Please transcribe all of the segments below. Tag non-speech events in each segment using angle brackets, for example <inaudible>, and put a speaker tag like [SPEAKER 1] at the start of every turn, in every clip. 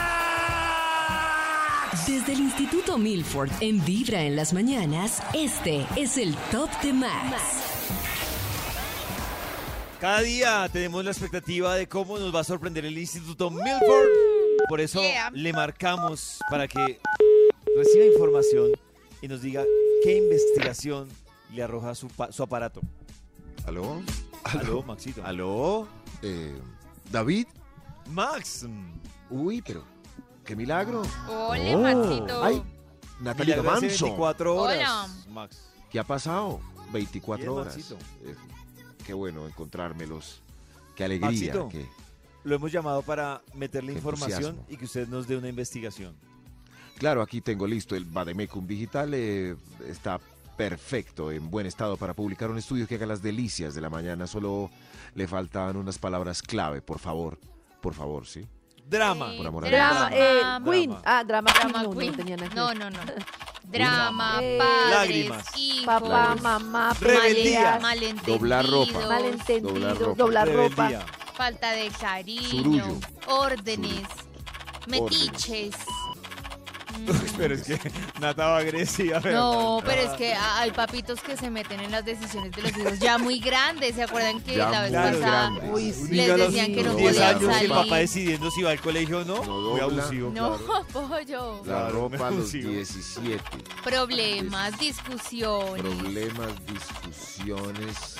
[SPEAKER 1] Desde el Instituto Milford en Vibra en las mañanas, este es el Top de Max.
[SPEAKER 2] Cada día tenemos la expectativa de cómo nos va a sorprender el Instituto Milford. Por eso
[SPEAKER 3] Yeah.
[SPEAKER 2] le marcamos para que reciba información y nos diga qué investigación le arroja su, pa- su aparato.
[SPEAKER 4] ¿Aló?
[SPEAKER 2] Aló, Maxito.
[SPEAKER 4] ¿Aló? Eh, ¿David?
[SPEAKER 2] Max.
[SPEAKER 4] Uy, pero qué milagro.
[SPEAKER 3] Ole,
[SPEAKER 2] Oh.
[SPEAKER 3] Maxito.
[SPEAKER 4] Ay, Natalia
[SPEAKER 2] Milagro hace
[SPEAKER 4] Manso.
[SPEAKER 2] 24 horas.
[SPEAKER 3] Hola.
[SPEAKER 2] Max.
[SPEAKER 4] ¿Qué ha pasado? 24
[SPEAKER 2] Bien,
[SPEAKER 4] horas.
[SPEAKER 2] Maxito.
[SPEAKER 4] Eh, qué bueno encontrármelos. Qué alegría.
[SPEAKER 2] Maxito.
[SPEAKER 4] qué-
[SPEAKER 2] Lo hemos llamado para meterle
[SPEAKER 4] Qué
[SPEAKER 2] información
[SPEAKER 4] entusiasmo.
[SPEAKER 2] y que usted nos dé una investigación.
[SPEAKER 4] Claro, aquí tengo listo el Bademecum Digital. eh, está perfecto, en buen estado para publicar un estudio que haga las delicias de la mañana. Solo le faltaban unas palabras clave, por favor. Por favor, ¿sí?
[SPEAKER 2] Drama.
[SPEAKER 4] Por amor a
[SPEAKER 5] Drama,
[SPEAKER 2] Drama,
[SPEAKER 5] eh,
[SPEAKER 3] drama,
[SPEAKER 5] Queen.
[SPEAKER 2] drama.
[SPEAKER 5] Ah, drama,
[SPEAKER 3] Drama
[SPEAKER 5] no, no lo
[SPEAKER 3] queen.
[SPEAKER 5] tenían aquí.
[SPEAKER 3] No, no, no. Drama,
[SPEAKER 5] Eh,
[SPEAKER 3] padres,
[SPEAKER 2] Lágrimas.
[SPEAKER 3] hijos,
[SPEAKER 5] Papá,
[SPEAKER 4] Lágrimas.
[SPEAKER 5] mamá,
[SPEAKER 2] Rebeldía.
[SPEAKER 5] peleas,
[SPEAKER 3] malentendidos,
[SPEAKER 4] Doblar ropa. Doblar
[SPEAKER 5] malentendidos,
[SPEAKER 4] ropa.
[SPEAKER 5] doblar ropa.
[SPEAKER 2] Rebeldía.
[SPEAKER 3] falta de cariño,
[SPEAKER 4] Surullo.
[SPEAKER 3] órdenes, metiches.
[SPEAKER 2] Uy, <laughs> Pero es que Nata va agresiva. ¿verdad?
[SPEAKER 3] No, pero es que a- hay papitos que se meten en las decisiones de los hijos ya muy grandes. ¿Se acuerdan que
[SPEAKER 4] Ya
[SPEAKER 3] la vez
[SPEAKER 4] muy
[SPEAKER 2] Claro.
[SPEAKER 3] pasada?
[SPEAKER 4] grandes.
[SPEAKER 5] Uy,
[SPEAKER 2] Un
[SPEAKER 5] sí.
[SPEAKER 2] niño a los
[SPEAKER 3] decían que no
[SPEAKER 2] 10
[SPEAKER 3] podían
[SPEAKER 2] años y el
[SPEAKER 3] salir.
[SPEAKER 2] papá decidiendo si va al colegio o no.
[SPEAKER 4] No
[SPEAKER 2] muy
[SPEAKER 4] dobla.
[SPEAKER 2] abusivo.
[SPEAKER 3] No, <laughs>
[SPEAKER 2] claro.
[SPEAKER 3] pollo.
[SPEAKER 4] La
[SPEAKER 2] Claro,
[SPEAKER 4] ropa
[SPEAKER 2] <laughs>
[SPEAKER 4] a los
[SPEAKER 2] sí.
[SPEAKER 4] 17.
[SPEAKER 3] Problemas, discusiones.
[SPEAKER 4] Problemas, discusiones.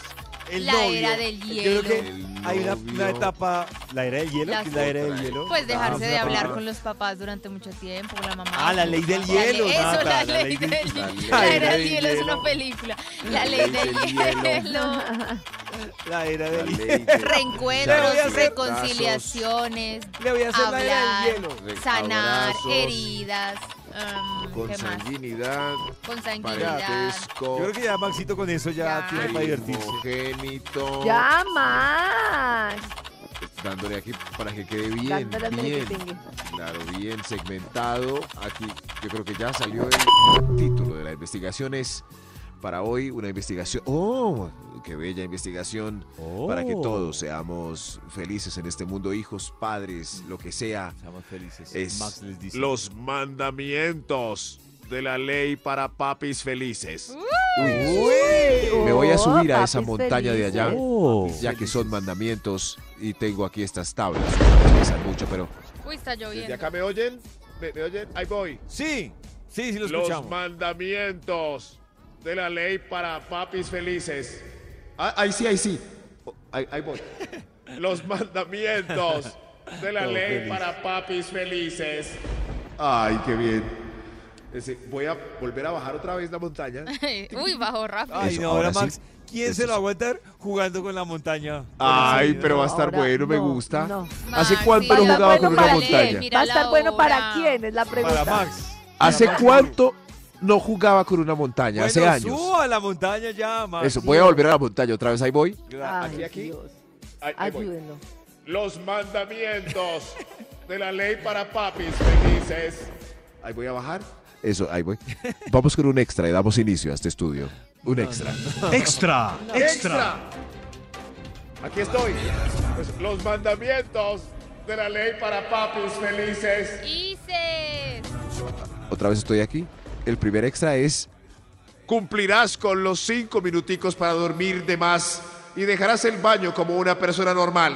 [SPEAKER 2] El
[SPEAKER 3] La
[SPEAKER 2] novio.
[SPEAKER 3] era del
[SPEAKER 2] Yo creo que
[SPEAKER 4] hielo. El
[SPEAKER 2] hay una,
[SPEAKER 4] novio.
[SPEAKER 2] una etapa. ¿La era del hielo?
[SPEAKER 3] La-
[SPEAKER 2] ¿Qué es la era del
[SPEAKER 4] Otra
[SPEAKER 2] hielo?
[SPEAKER 3] Pues dejarse
[SPEAKER 2] Ah,
[SPEAKER 3] de
[SPEAKER 2] una
[SPEAKER 3] hablar
[SPEAKER 2] palabra.
[SPEAKER 3] con los papás durante mucho tiempo, con la mamá.
[SPEAKER 2] Ah, la ley del
[SPEAKER 3] La ley-
[SPEAKER 2] hielo.
[SPEAKER 3] Eso,
[SPEAKER 2] Nata,
[SPEAKER 3] la, ley del hielo. La
[SPEAKER 4] ley
[SPEAKER 3] era del
[SPEAKER 2] del
[SPEAKER 3] hielo es
[SPEAKER 2] hielo.
[SPEAKER 3] una película. La ley del hielo.
[SPEAKER 2] La era
[SPEAKER 4] La
[SPEAKER 2] del hielo. <laughs>
[SPEAKER 4] ley de-
[SPEAKER 2] Le voy a
[SPEAKER 3] Reencuentros,
[SPEAKER 2] hacer-
[SPEAKER 3] reconciliaciones,
[SPEAKER 2] Le voy a hacer la era del
[SPEAKER 3] hablar,
[SPEAKER 2] hielo.
[SPEAKER 3] sanar,
[SPEAKER 4] Abrazos,
[SPEAKER 3] heridas. em,
[SPEAKER 4] Con
[SPEAKER 3] ¿Qué más?
[SPEAKER 4] sanguinidad,
[SPEAKER 3] Con sanguinidad.
[SPEAKER 4] parentesco,
[SPEAKER 2] Yo creo que ya Maxito con eso ya,
[SPEAKER 3] Ya.
[SPEAKER 2] tiene para divertirse.
[SPEAKER 4] primogénito.
[SPEAKER 5] Ya, Max.
[SPEAKER 4] Pues, Dándole aquí para que quede bien,
[SPEAKER 5] Dándole al
[SPEAKER 4] bien.
[SPEAKER 5] merequetengue.
[SPEAKER 4] Claro, bien segmentado. Aquí yo creo que ya salió el título de la investigación. Es para hoy una investigación. ¡Oh! ¡Qué bella investigación! Para
[SPEAKER 6] ¡Oh!
[SPEAKER 4] que todos seamos felices en este mundo, hijos, padres, lo que sea.
[SPEAKER 2] Seamos felices.
[SPEAKER 4] Es
[SPEAKER 2] Max les dice.
[SPEAKER 6] Los mandamientos de la ley para papis felices.
[SPEAKER 4] Me voy a subir a
[SPEAKER 5] Oh,
[SPEAKER 4] esa
[SPEAKER 5] papis
[SPEAKER 4] montaña de allá,
[SPEAKER 5] felices.
[SPEAKER 4] ya que son mandamientos y tengo aquí estas tablas. que me pesan mucho, pero
[SPEAKER 3] Uy, está
[SPEAKER 6] ¿Desde
[SPEAKER 3] lloviendo.
[SPEAKER 6] acá me oyen? ¿Me, me oyen? Ahí voy.
[SPEAKER 2] Sí, sí, sí lo
[SPEAKER 6] Los
[SPEAKER 2] escuchamos.
[SPEAKER 6] mandamientos de la ley para papis felices.
[SPEAKER 4] Ah, ahí sí, ahí sí. Oh, Ahí, ahí voy.
[SPEAKER 6] Los mandamientos de la ley para papis felices. Ay, qué bien. Ese- voy a volver a bajar otra vez la montaña.
[SPEAKER 3] <laughs> Uy, bajó rápido.
[SPEAKER 2] Ay,
[SPEAKER 4] Eso,
[SPEAKER 2] no, ahora
[SPEAKER 4] ahora sí.
[SPEAKER 2] Max. ¿Quién
[SPEAKER 4] Eso
[SPEAKER 2] se lo
[SPEAKER 4] sí.
[SPEAKER 2] aguanta jugando con la montaña?
[SPEAKER 6] Ay,
[SPEAKER 2] Con
[SPEAKER 6] pero va a
[SPEAKER 2] el sonido.
[SPEAKER 6] estar
[SPEAKER 5] Ahora
[SPEAKER 6] bueno, me
[SPEAKER 5] no,
[SPEAKER 6] gusta.
[SPEAKER 5] no.
[SPEAKER 4] ¿Hace
[SPEAKER 3] Maxi,
[SPEAKER 4] cuánto
[SPEAKER 5] no
[SPEAKER 3] ya
[SPEAKER 5] jugaba
[SPEAKER 3] bueno
[SPEAKER 5] con una
[SPEAKER 3] para
[SPEAKER 4] montaña?
[SPEAKER 3] quién, mira
[SPEAKER 5] ¿Va a estar
[SPEAKER 3] la
[SPEAKER 5] bueno para
[SPEAKER 3] hora.
[SPEAKER 5] quién? Es la pregunta.
[SPEAKER 2] Para Max.
[SPEAKER 4] ¿Hace
[SPEAKER 2] Para Max.
[SPEAKER 4] cuánto no jugaba con una montaña?
[SPEAKER 2] Bueno,
[SPEAKER 4] Hace años.
[SPEAKER 2] suba a la montaña ya, Max.
[SPEAKER 4] Eso, voy a volver a la montaña otra vez, ahí voy.
[SPEAKER 2] Claro.
[SPEAKER 5] Ay,
[SPEAKER 6] Aquí, aquí.
[SPEAKER 5] Dios.
[SPEAKER 6] Ahí- ahí voy.
[SPEAKER 5] Ayúdenlo.
[SPEAKER 6] Los mandamientos de la ley para papis felices. Ahí voy a bajar.
[SPEAKER 4] Eso, ahí voy. Vamos con un extra y damos inicio a este estudio. Un extra.
[SPEAKER 7] Extra, extra.
[SPEAKER 6] Aquí estoy. Pues, los mandamientos de la ley para papis felices.
[SPEAKER 3] Ices.
[SPEAKER 4] Otra vez estoy aquí. El primer extra es
[SPEAKER 6] Cumplirás con los cinco minuticos para dormir de más y dejarás el baño como una persona normal.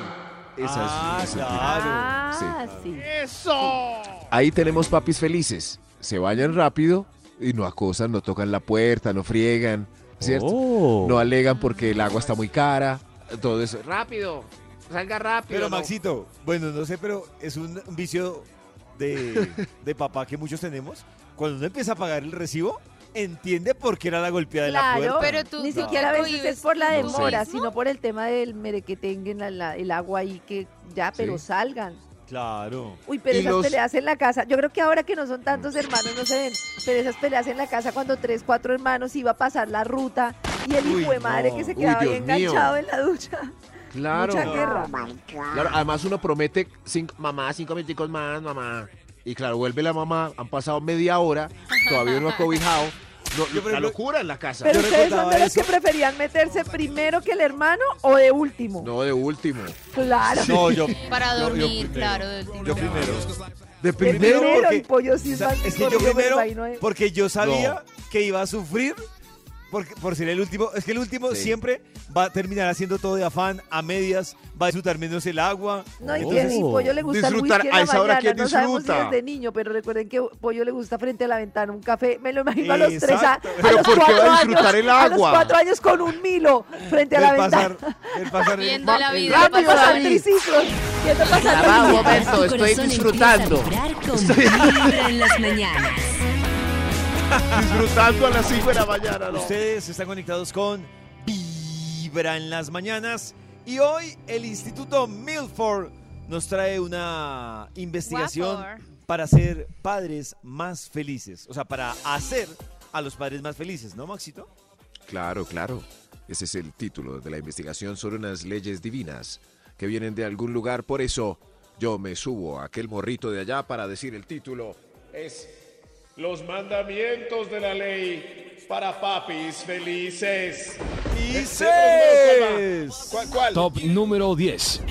[SPEAKER 4] Esa es-
[SPEAKER 2] Ah,
[SPEAKER 4] esa es-
[SPEAKER 2] claro.
[SPEAKER 5] Ah, sí.
[SPEAKER 6] ¡Eso!
[SPEAKER 4] Ahí tenemos papis felices. Se bañan rápido y no acosan, no tocan la puerta, no friegan, ¿cierto?
[SPEAKER 2] Oh.
[SPEAKER 4] No alegan porque el agua está muy cara, todo eso.
[SPEAKER 6] Rápido. Salga rápido.
[SPEAKER 2] Pero Maxito, bueno, no sé, pero es un un vicio
[SPEAKER 4] <laughs>
[SPEAKER 2] de, de papá que muchos tenemos. Cuando uno empieza a pagar el recibo, entiende por qué era la golpeada
[SPEAKER 5] Claro,
[SPEAKER 2] de la puerta.
[SPEAKER 3] Pero tú
[SPEAKER 5] Ni
[SPEAKER 3] no
[SPEAKER 5] siquiera a veces
[SPEAKER 3] prohíbes
[SPEAKER 5] es por la
[SPEAKER 4] No sé.
[SPEAKER 5] demora,
[SPEAKER 3] ¿no?
[SPEAKER 5] sino por el tema del merequetengue, la- la- el agua ahí que ya, pero
[SPEAKER 4] Sí.
[SPEAKER 5] salgan.
[SPEAKER 2] Claro.
[SPEAKER 5] Uy, pero
[SPEAKER 4] Y
[SPEAKER 5] esas
[SPEAKER 4] los-
[SPEAKER 5] peleas en la casa, yo creo que ahora que no son tantos hermanos no se ven, pero esas peleas en la casa cuando tres, cuatro hermanos iba a pasar la ruta Y el
[SPEAKER 4] Uy,
[SPEAKER 5] hijo de madre
[SPEAKER 4] no.
[SPEAKER 5] que se
[SPEAKER 4] Uy,
[SPEAKER 5] quedaba ahí
[SPEAKER 4] Dios mío.
[SPEAKER 5] enganchado en la ducha.
[SPEAKER 4] <laughs> Claro.
[SPEAKER 5] Mucha guerra.
[SPEAKER 4] Claro, además uno promete, cinco- mamá, cinco minuticos más, mamá. Y claro, vuelve la mamá, han pasado media hora, todavía no ha cobijado. No,
[SPEAKER 2] Yo, por
[SPEAKER 4] la
[SPEAKER 2] ejemplo,
[SPEAKER 4] locura en la casa.
[SPEAKER 5] Pero
[SPEAKER 2] Yo
[SPEAKER 5] ustedes son
[SPEAKER 2] recordaba
[SPEAKER 5] de los que
[SPEAKER 2] eso.
[SPEAKER 5] preferían meterse primero que el hermano o de último.
[SPEAKER 4] No, de último.
[SPEAKER 5] Claro.
[SPEAKER 4] <laughs>
[SPEAKER 2] No, yo.
[SPEAKER 3] Para
[SPEAKER 2] yo- yo
[SPEAKER 3] dormir,
[SPEAKER 2] primero.
[SPEAKER 3] claro. del tiempo.
[SPEAKER 2] Yo primero.
[SPEAKER 4] De
[SPEAKER 5] De
[SPEAKER 4] primero.
[SPEAKER 5] primero
[SPEAKER 2] porque-
[SPEAKER 5] el pollo sí
[SPEAKER 2] O sea,
[SPEAKER 5] más
[SPEAKER 2] es que yo
[SPEAKER 5] corrido, me
[SPEAKER 2] primero,
[SPEAKER 5] imagino, eh.
[SPEAKER 2] porque yo sabía que iba a sufrir porque, por ser el último. Es que el último
[SPEAKER 4] Sí.
[SPEAKER 2] siempre va a terminar haciendo todo de afán, a medias, va a disfrutar menos el agua.
[SPEAKER 5] No, y que
[SPEAKER 2] Entonces,
[SPEAKER 5] y Pollo le gusta
[SPEAKER 4] Disfrutar,
[SPEAKER 5] el
[SPEAKER 4] a
[SPEAKER 5] whisky en
[SPEAKER 4] esa
[SPEAKER 5] la
[SPEAKER 4] hora,
[SPEAKER 5] mañana,
[SPEAKER 4] ¿quién
[SPEAKER 5] no sabemos si
[SPEAKER 4] disfruta?
[SPEAKER 5] desde niño, pero recuerden que Pollo le gusta frente a la ventana un café, me lo imagino a los tres, a,
[SPEAKER 2] Exacto.
[SPEAKER 5] a
[SPEAKER 4] Pero
[SPEAKER 5] los
[SPEAKER 4] ¿por qué va a
[SPEAKER 5] cuatro
[SPEAKER 4] disfrutar
[SPEAKER 5] años,
[SPEAKER 4] el
[SPEAKER 5] a los
[SPEAKER 4] agua?
[SPEAKER 5] cuatro años con un milo frente a la
[SPEAKER 2] el
[SPEAKER 5] ventana.
[SPEAKER 2] pasar, el pasar
[SPEAKER 3] <laughs> Viendo la vida.
[SPEAKER 5] Rápido,
[SPEAKER 3] Pasar-
[SPEAKER 5] pasan triciclos, viendo pasar
[SPEAKER 1] Ahora
[SPEAKER 5] triciclos.
[SPEAKER 1] tu corazón empieza a vibrar con vibra en las mañanas.
[SPEAKER 4] Disfrutando a las 5 de la mañana, ¿no?
[SPEAKER 2] Ustedes están conectados con Vibra en las mañanas y hoy el Instituto Milford nos trae una investigación
[SPEAKER 3] Guapo.
[SPEAKER 2] para ser padres más felices, o sea, para hacer a los padres más felices, ¿no, Maxito?
[SPEAKER 4] Claro, claro. Ese es el título de la investigación sobre unas leyes divinas que vienen de algún lugar. Por eso yo me subo a aquel morrito de allá para decir el título.
[SPEAKER 6] Es los mandamientos de la ley para papis felices.
[SPEAKER 2] Y
[SPEAKER 6] ¿Cuál? cuál?
[SPEAKER 8] Top número 10.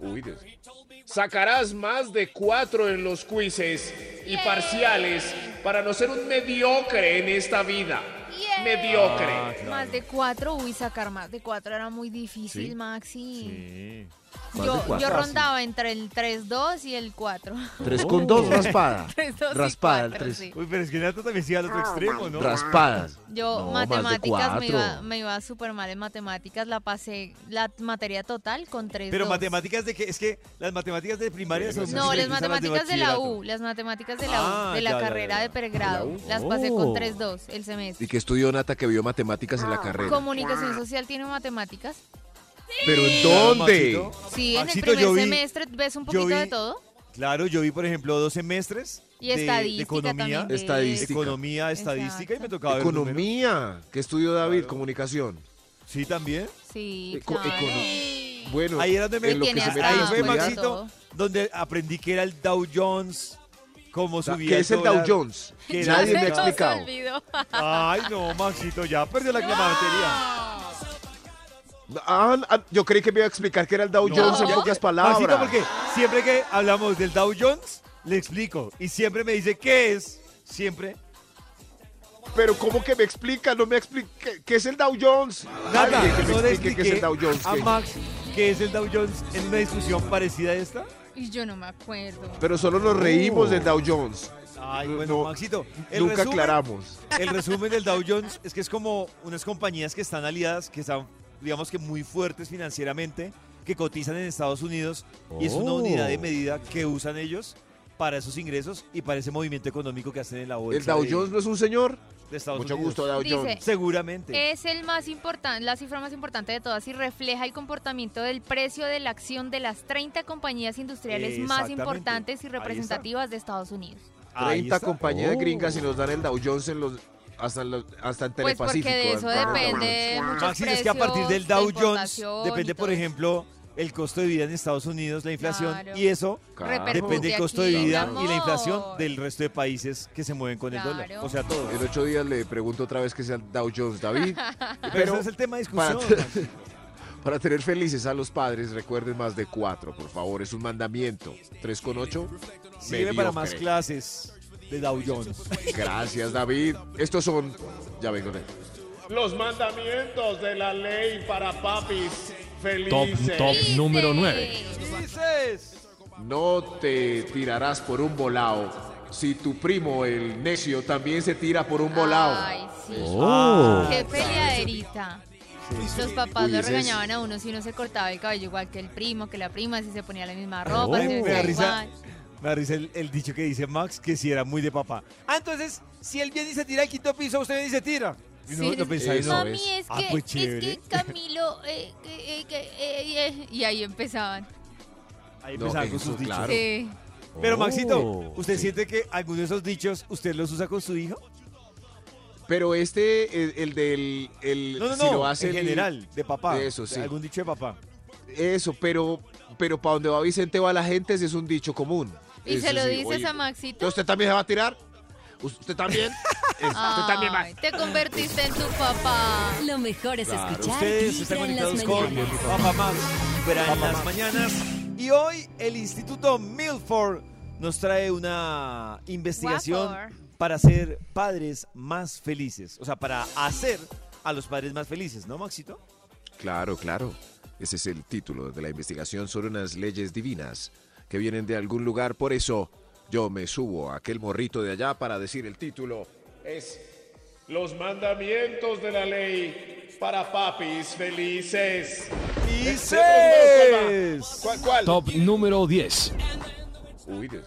[SPEAKER 4] Uy, Dios.
[SPEAKER 6] Sacarás más de cuatro en los quizzes y parciales para no ser un mediocre en esta vida.
[SPEAKER 3] Yeah.
[SPEAKER 6] Mediocre.
[SPEAKER 8] Ah.
[SPEAKER 3] Más de cuatro, uy, sacar más de cuatro era muy difícil, Maxi.
[SPEAKER 4] Más de
[SPEAKER 3] Yo,
[SPEAKER 4] cuatro.
[SPEAKER 3] yo rondaba entre el 3-2 y el <laughs> 4.
[SPEAKER 4] 3 con 2, raspada.
[SPEAKER 3] 3-2 y
[SPEAKER 4] raspada, el
[SPEAKER 3] cuatro,
[SPEAKER 4] 3.
[SPEAKER 3] sí.
[SPEAKER 2] Uy, pero es que Nata también sigue al
[SPEAKER 3] Ah,
[SPEAKER 2] otro extremo, ¿no?
[SPEAKER 4] Raspadas.
[SPEAKER 3] Yo
[SPEAKER 4] No, más de
[SPEAKER 3] matemáticas me iba,
[SPEAKER 4] cuatro.
[SPEAKER 3] me iba súper mal en matemáticas, la pasé la materia total con 3-2.
[SPEAKER 2] Pero matemáticas de que es que las matemáticas de primaria son
[SPEAKER 3] No,
[SPEAKER 2] muy
[SPEAKER 3] las
[SPEAKER 2] diferentes a
[SPEAKER 3] matemáticas de la
[SPEAKER 2] bachillerato.
[SPEAKER 3] U, las matemáticas de la U,
[SPEAKER 2] Ah,
[SPEAKER 3] de la
[SPEAKER 2] ya, ya,
[SPEAKER 3] carrera
[SPEAKER 2] ya.
[SPEAKER 3] de pregrado, las pasé
[SPEAKER 4] Oh.
[SPEAKER 3] con 3-2 el
[SPEAKER 4] ¿Y
[SPEAKER 3] semestre.
[SPEAKER 4] que estudió Nata que vio matemáticas en la carrera?
[SPEAKER 3] Comunicación social tiene matemáticas.
[SPEAKER 4] ¿Pero en
[SPEAKER 2] Claro,
[SPEAKER 4] dónde?
[SPEAKER 2] Maxito.
[SPEAKER 3] Sí, en el
[SPEAKER 2] Maxito,
[SPEAKER 3] primer
[SPEAKER 2] yo vi-
[SPEAKER 3] semestre ves un
[SPEAKER 2] yo
[SPEAKER 3] poquito de
[SPEAKER 2] vi-
[SPEAKER 3] todo.
[SPEAKER 2] Claro, yo vi, por ejemplo, dos semestres
[SPEAKER 3] Y
[SPEAKER 2] de- de,
[SPEAKER 3] estadística
[SPEAKER 2] economía.
[SPEAKER 3] también. de-
[SPEAKER 4] Estadística.
[SPEAKER 2] Economía, estadística y me
[SPEAKER 3] Exacto.
[SPEAKER 2] tocaba ver números.
[SPEAKER 4] Economía. ¿Qué estudió David? Comunicación.
[SPEAKER 2] Sí, también.
[SPEAKER 3] Sí,
[SPEAKER 4] Eco-
[SPEAKER 3] claro.
[SPEAKER 4] econo- Bueno,
[SPEAKER 2] Ahí era donde me-
[SPEAKER 4] en lo que
[SPEAKER 3] Tiene
[SPEAKER 4] se
[SPEAKER 3] hasta-
[SPEAKER 4] mete
[SPEAKER 2] ahí
[SPEAKER 4] a
[SPEAKER 2] fue
[SPEAKER 4] estudiar.
[SPEAKER 2] Maxito
[SPEAKER 3] todo.
[SPEAKER 2] donde aprendí que era el Dow Jones, cómo subía
[SPEAKER 4] ¿Qué es el Dow
[SPEAKER 2] dólar,
[SPEAKER 4] Jones?
[SPEAKER 2] que era
[SPEAKER 4] Nadie
[SPEAKER 2] el
[SPEAKER 4] me ha
[SPEAKER 2] dólar.
[SPEAKER 4] explicado.
[SPEAKER 3] olvidó. <laughs>
[SPEAKER 2] Ay, no, Maxito, ya perdió la clamatería.
[SPEAKER 4] Ah, ah, yo creí que me iba a explicar que era el Dow
[SPEAKER 2] No,
[SPEAKER 4] Jones en
[SPEAKER 3] ya-
[SPEAKER 4] pocas palabras.
[SPEAKER 2] Maxito, porque siempre que hablamos del Dow Jones, le explico. Y siempre me dice, ¿qué es? Siempre.
[SPEAKER 4] Pero ¿cómo que me explica? No me explica. ¿Qué, qué es el Dow Jones?
[SPEAKER 2] Nada,
[SPEAKER 4] Alguien que me
[SPEAKER 2] no le
[SPEAKER 4] explique qué es el
[SPEAKER 2] expliqué
[SPEAKER 4] Dow Jones.
[SPEAKER 2] a
[SPEAKER 4] ¿qué?
[SPEAKER 2] Max qué es el Dow Jones en una discusión parecida a esta.
[SPEAKER 3] Y yo no me acuerdo.
[SPEAKER 4] Pero solo nos reímos del Dow Jones.
[SPEAKER 2] Ay,
[SPEAKER 4] No,
[SPEAKER 2] bueno,
[SPEAKER 4] no,
[SPEAKER 2] Maxito, el
[SPEAKER 4] Nunca
[SPEAKER 2] resumen-
[SPEAKER 4] aclaramos.
[SPEAKER 2] El resumen del Dow Jones es que es como unas compañías que están aliadas, que están, digamos que muy fuertes financieramente, que cotizan en Estados Unidos y es una unidad
[SPEAKER 4] Oh.
[SPEAKER 2] de medida que usan ellos para esos ingresos y para ese movimiento económico que hacen en la bolsa.
[SPEAKER 4] ¿El Dow
[SPEAKER 2] de-
[SPEAKER 4] Jones no es un señor?
[SPEAKER 2] de Estados
[SPEAKER 4] Mucho
[SPEAKER 2] Unidos.
[SPEAKER 4] gusto, Dow
[SPEAKER 3] Dice-
[SPEAKER 4] Jones.
[SPEAKER 2] Seguramente.
[SPEAKER 3] Es el más importante, la cifra más importante de todas y refleja el comportamiento del precio de la acción de las 30 compañías industriales más
[SPEAKER 2] Exactamente.
[SPEAKER 3] importantes
[SPEAKER 2] Ahí
[SPEAKER 3] y
[SPEAKER 2] está.
[SPEAKER 3] representativas de Estados Unidos.
[SPEAKER 2] Ahí
[SPEAKER 4] 30
[SPEAKER 2] está. Oh.
[SPEAKER 4] compañías gringas y nos dan el Dow Jones en los, hasta, en los- hasta en
[SPEAKER 3] Pues porque
[SPEAKER 4] Telepacífico.
[SPEAKER 3] de eso
[SPEAKER 4] dan el Dow
[SPEAKER 3] depende muchos
[SPEAKER 2] Oh. Maxi, Ah, es que a
[SPEAKER 3] precios,
[SPEAKER 2] partir del
[SPEAKER 3] la
[SPEAKER 2] Dow Jones
[SPEAKER 3] importación y
[SPEAKER 2] depende, por
[SPEAKER 3] todo eso.
[SPEAKER 2] ejemplo, el costo de vida en Estados Unidos, la inflación
[SPEAKER 3] Claro.
[SPEAKER 2] y eso
[SPEAKER 4] Claro.
[SPEAKER 3] Repercute
[SPEAKER 2] depende del
[SPEAKER 3] aquí,
[SPEAKER 2] costo de vida y la inflación
[SPEAKER 3] amor.
[SPEAKER 2] del resto de países que se mueven con
[SPEAKER 3] Claro.
[SPEAKER 2] el dólar. O sea, todo.
[SPEAKER 4] En ocho días le pregunto otra vez que sea el Dow Jones,
[SPEAKER 3] <laughs>
[SPEAKER 4] David.
[SPEAKER 2] Pero
[SPEAKER 4] Pero
[SPEAKER 2] ese es el tema de
[SPEAKER 4] para,
[SPEAKER 2] discusión. Maxi.
[SPEAKER 4] <laughs> para tener felices a los padres, recuerden más de cuatro, por favor. Es un mandamiento. ¿Tres con ocho?
[SPEAKER 2] Sirve para más
[SPEAKER 4] mediocre.
[SPEAKER 2] clases de Dow Jones.
[SPEAKER 4] Gracias, David. Estos son. Ya vengo, Ned.
[SPEAKER 6] Los mandamientos de la ley para papis
[SPEAKER 8] Top,
[SPEAKER 6] felices.
[SPEAKER 8] top número 9.
[SPEAKER 4] No te tirarás por un volado si tu primo, el necio, también se tira por un volado.
[SPEAKER 3] Ay, sí.
[SPEAKER 2] Ah,
[SPEAKER 3] Qué peleaderita. Los papás
[SPEAKER 4] Uy,
[SPEAKER 3] lo
[SPEAKER 4] ese es-
[SPEAKER 3] regañaban a uno si uno se cortaba el cabello igual que el primo, que la prima, si se ponía la misma ropa,
[SPEAKER 2] Ay,
[SPEAKER 3] si
[SPEAKER 2] me da
[SPEAKER 3] vestía
[SPEAKER 2] risa,
[SPEAKER 3] igual.
[SPEAKER 4] Oh.
[SPEAKER 2] me da risa el, el dicho que dice Max que si era muy de papá. Ah, entonces, si él viene y se tira al quinto piso, usted viene y se tira. Y uno
[SPEAKER 3] Sí,
[SPEAKER 2] lo pensaba y
[SPEAKER 4] eso
[SPEAKER 2] no.
[SPEAKER 3] Mami, es,
[SPEAKER 2] Ah,
[SPEAKER 3] que,
[SPEAKER 2] pues
[SPEAKER 3] es
[SPEAKER 2] chévere.
[SPEAKER 3] que Camilo... eh, que- eh, que- eh, eh, y ahí empezaban.
[SPEAKER 2] Ahí
[SPEAKER 4] No,
[SPEAKER 2] empezaba con
[SPEAKER 4] eso,
[SPEAKER 2] sus dichos.
[SPEAKER 4] claro. Oh,
[SPEAKER 3] Sí.
[SPEAKER 2] Pero Maxito, ¿usted siente que alguno de esos dichos usted los usa con su hijo?
[SPEAKER 4] Pero este, el, el del. El,
[SPEAKER 2] No, no,
[SPEAKER 4] si
[SPEAKER 2] no.
[SPEAKER 4] lo hace
[SPEAKER 2] en
[SPEAKER 4] el-
[SPEAKER 2] general, de papá.
[SPEAKER 4] de eso, sí.
[SPEAKER 2] Algún dicho de papá.
[SPEAKER 4] Eso, pero, pero para donde va Vicente va la gente, ese es un dicho común.
[SPEAKER 3] Y
[SPEAKER 4] Eso
[SPEAKER 3] se lo
[SPEAKER 4] sí,
[SPEAKER 3] dices
[SPEAKER 4] oye,
[SPEAKER 3] a Maxito.
[SPEAKER 4] ¿Usted también se va a tirar? ¿Usted
[SPEAKER 3] <laughs>
[SPEAKER 4] también? Eso, ¿Usted también va?
[SPEAKER 3] Ay, te convertiste en tu papá.
[SPEAKER 1] Lo mejor es
[SPEAKER 4] Claro,
[SPEAKER 1] escuchar
[SPEAKER 2] Ustedes están
[SPEAKER 1] Vibra en
[SPEAKER 2] conectados
[SPEAKER 1] las
[SPEAKER 2] con
[SPEAKER 1] mañanas.
[SPEAKER 2] Papá Max, Vibra en las mañanas. Y hoy el Instituto Milford nos trae una investigación
[SPEAKER 3] Guapo.
[SPEAKER 2] para ser padres más felices. O sea, para hacer a los padres más felices, ¿no, Maxito?
[SPEAKER 4] Claro, claro. Ese es el título de la investigación sobre unas leyes divinas que vienen de algún lugar. Por eso yo me subo a aquel morrito de allá para decir el título.
[SPEAKER 6] Es los mandamientos de la ley para papis felices.
[SPEAKER 2] Y
[SPEAKER 6] seis. ¿Cuál? cuál?
[SPEAKER 8] Top número 10.
[SPEAKER 4] Uy, Dios.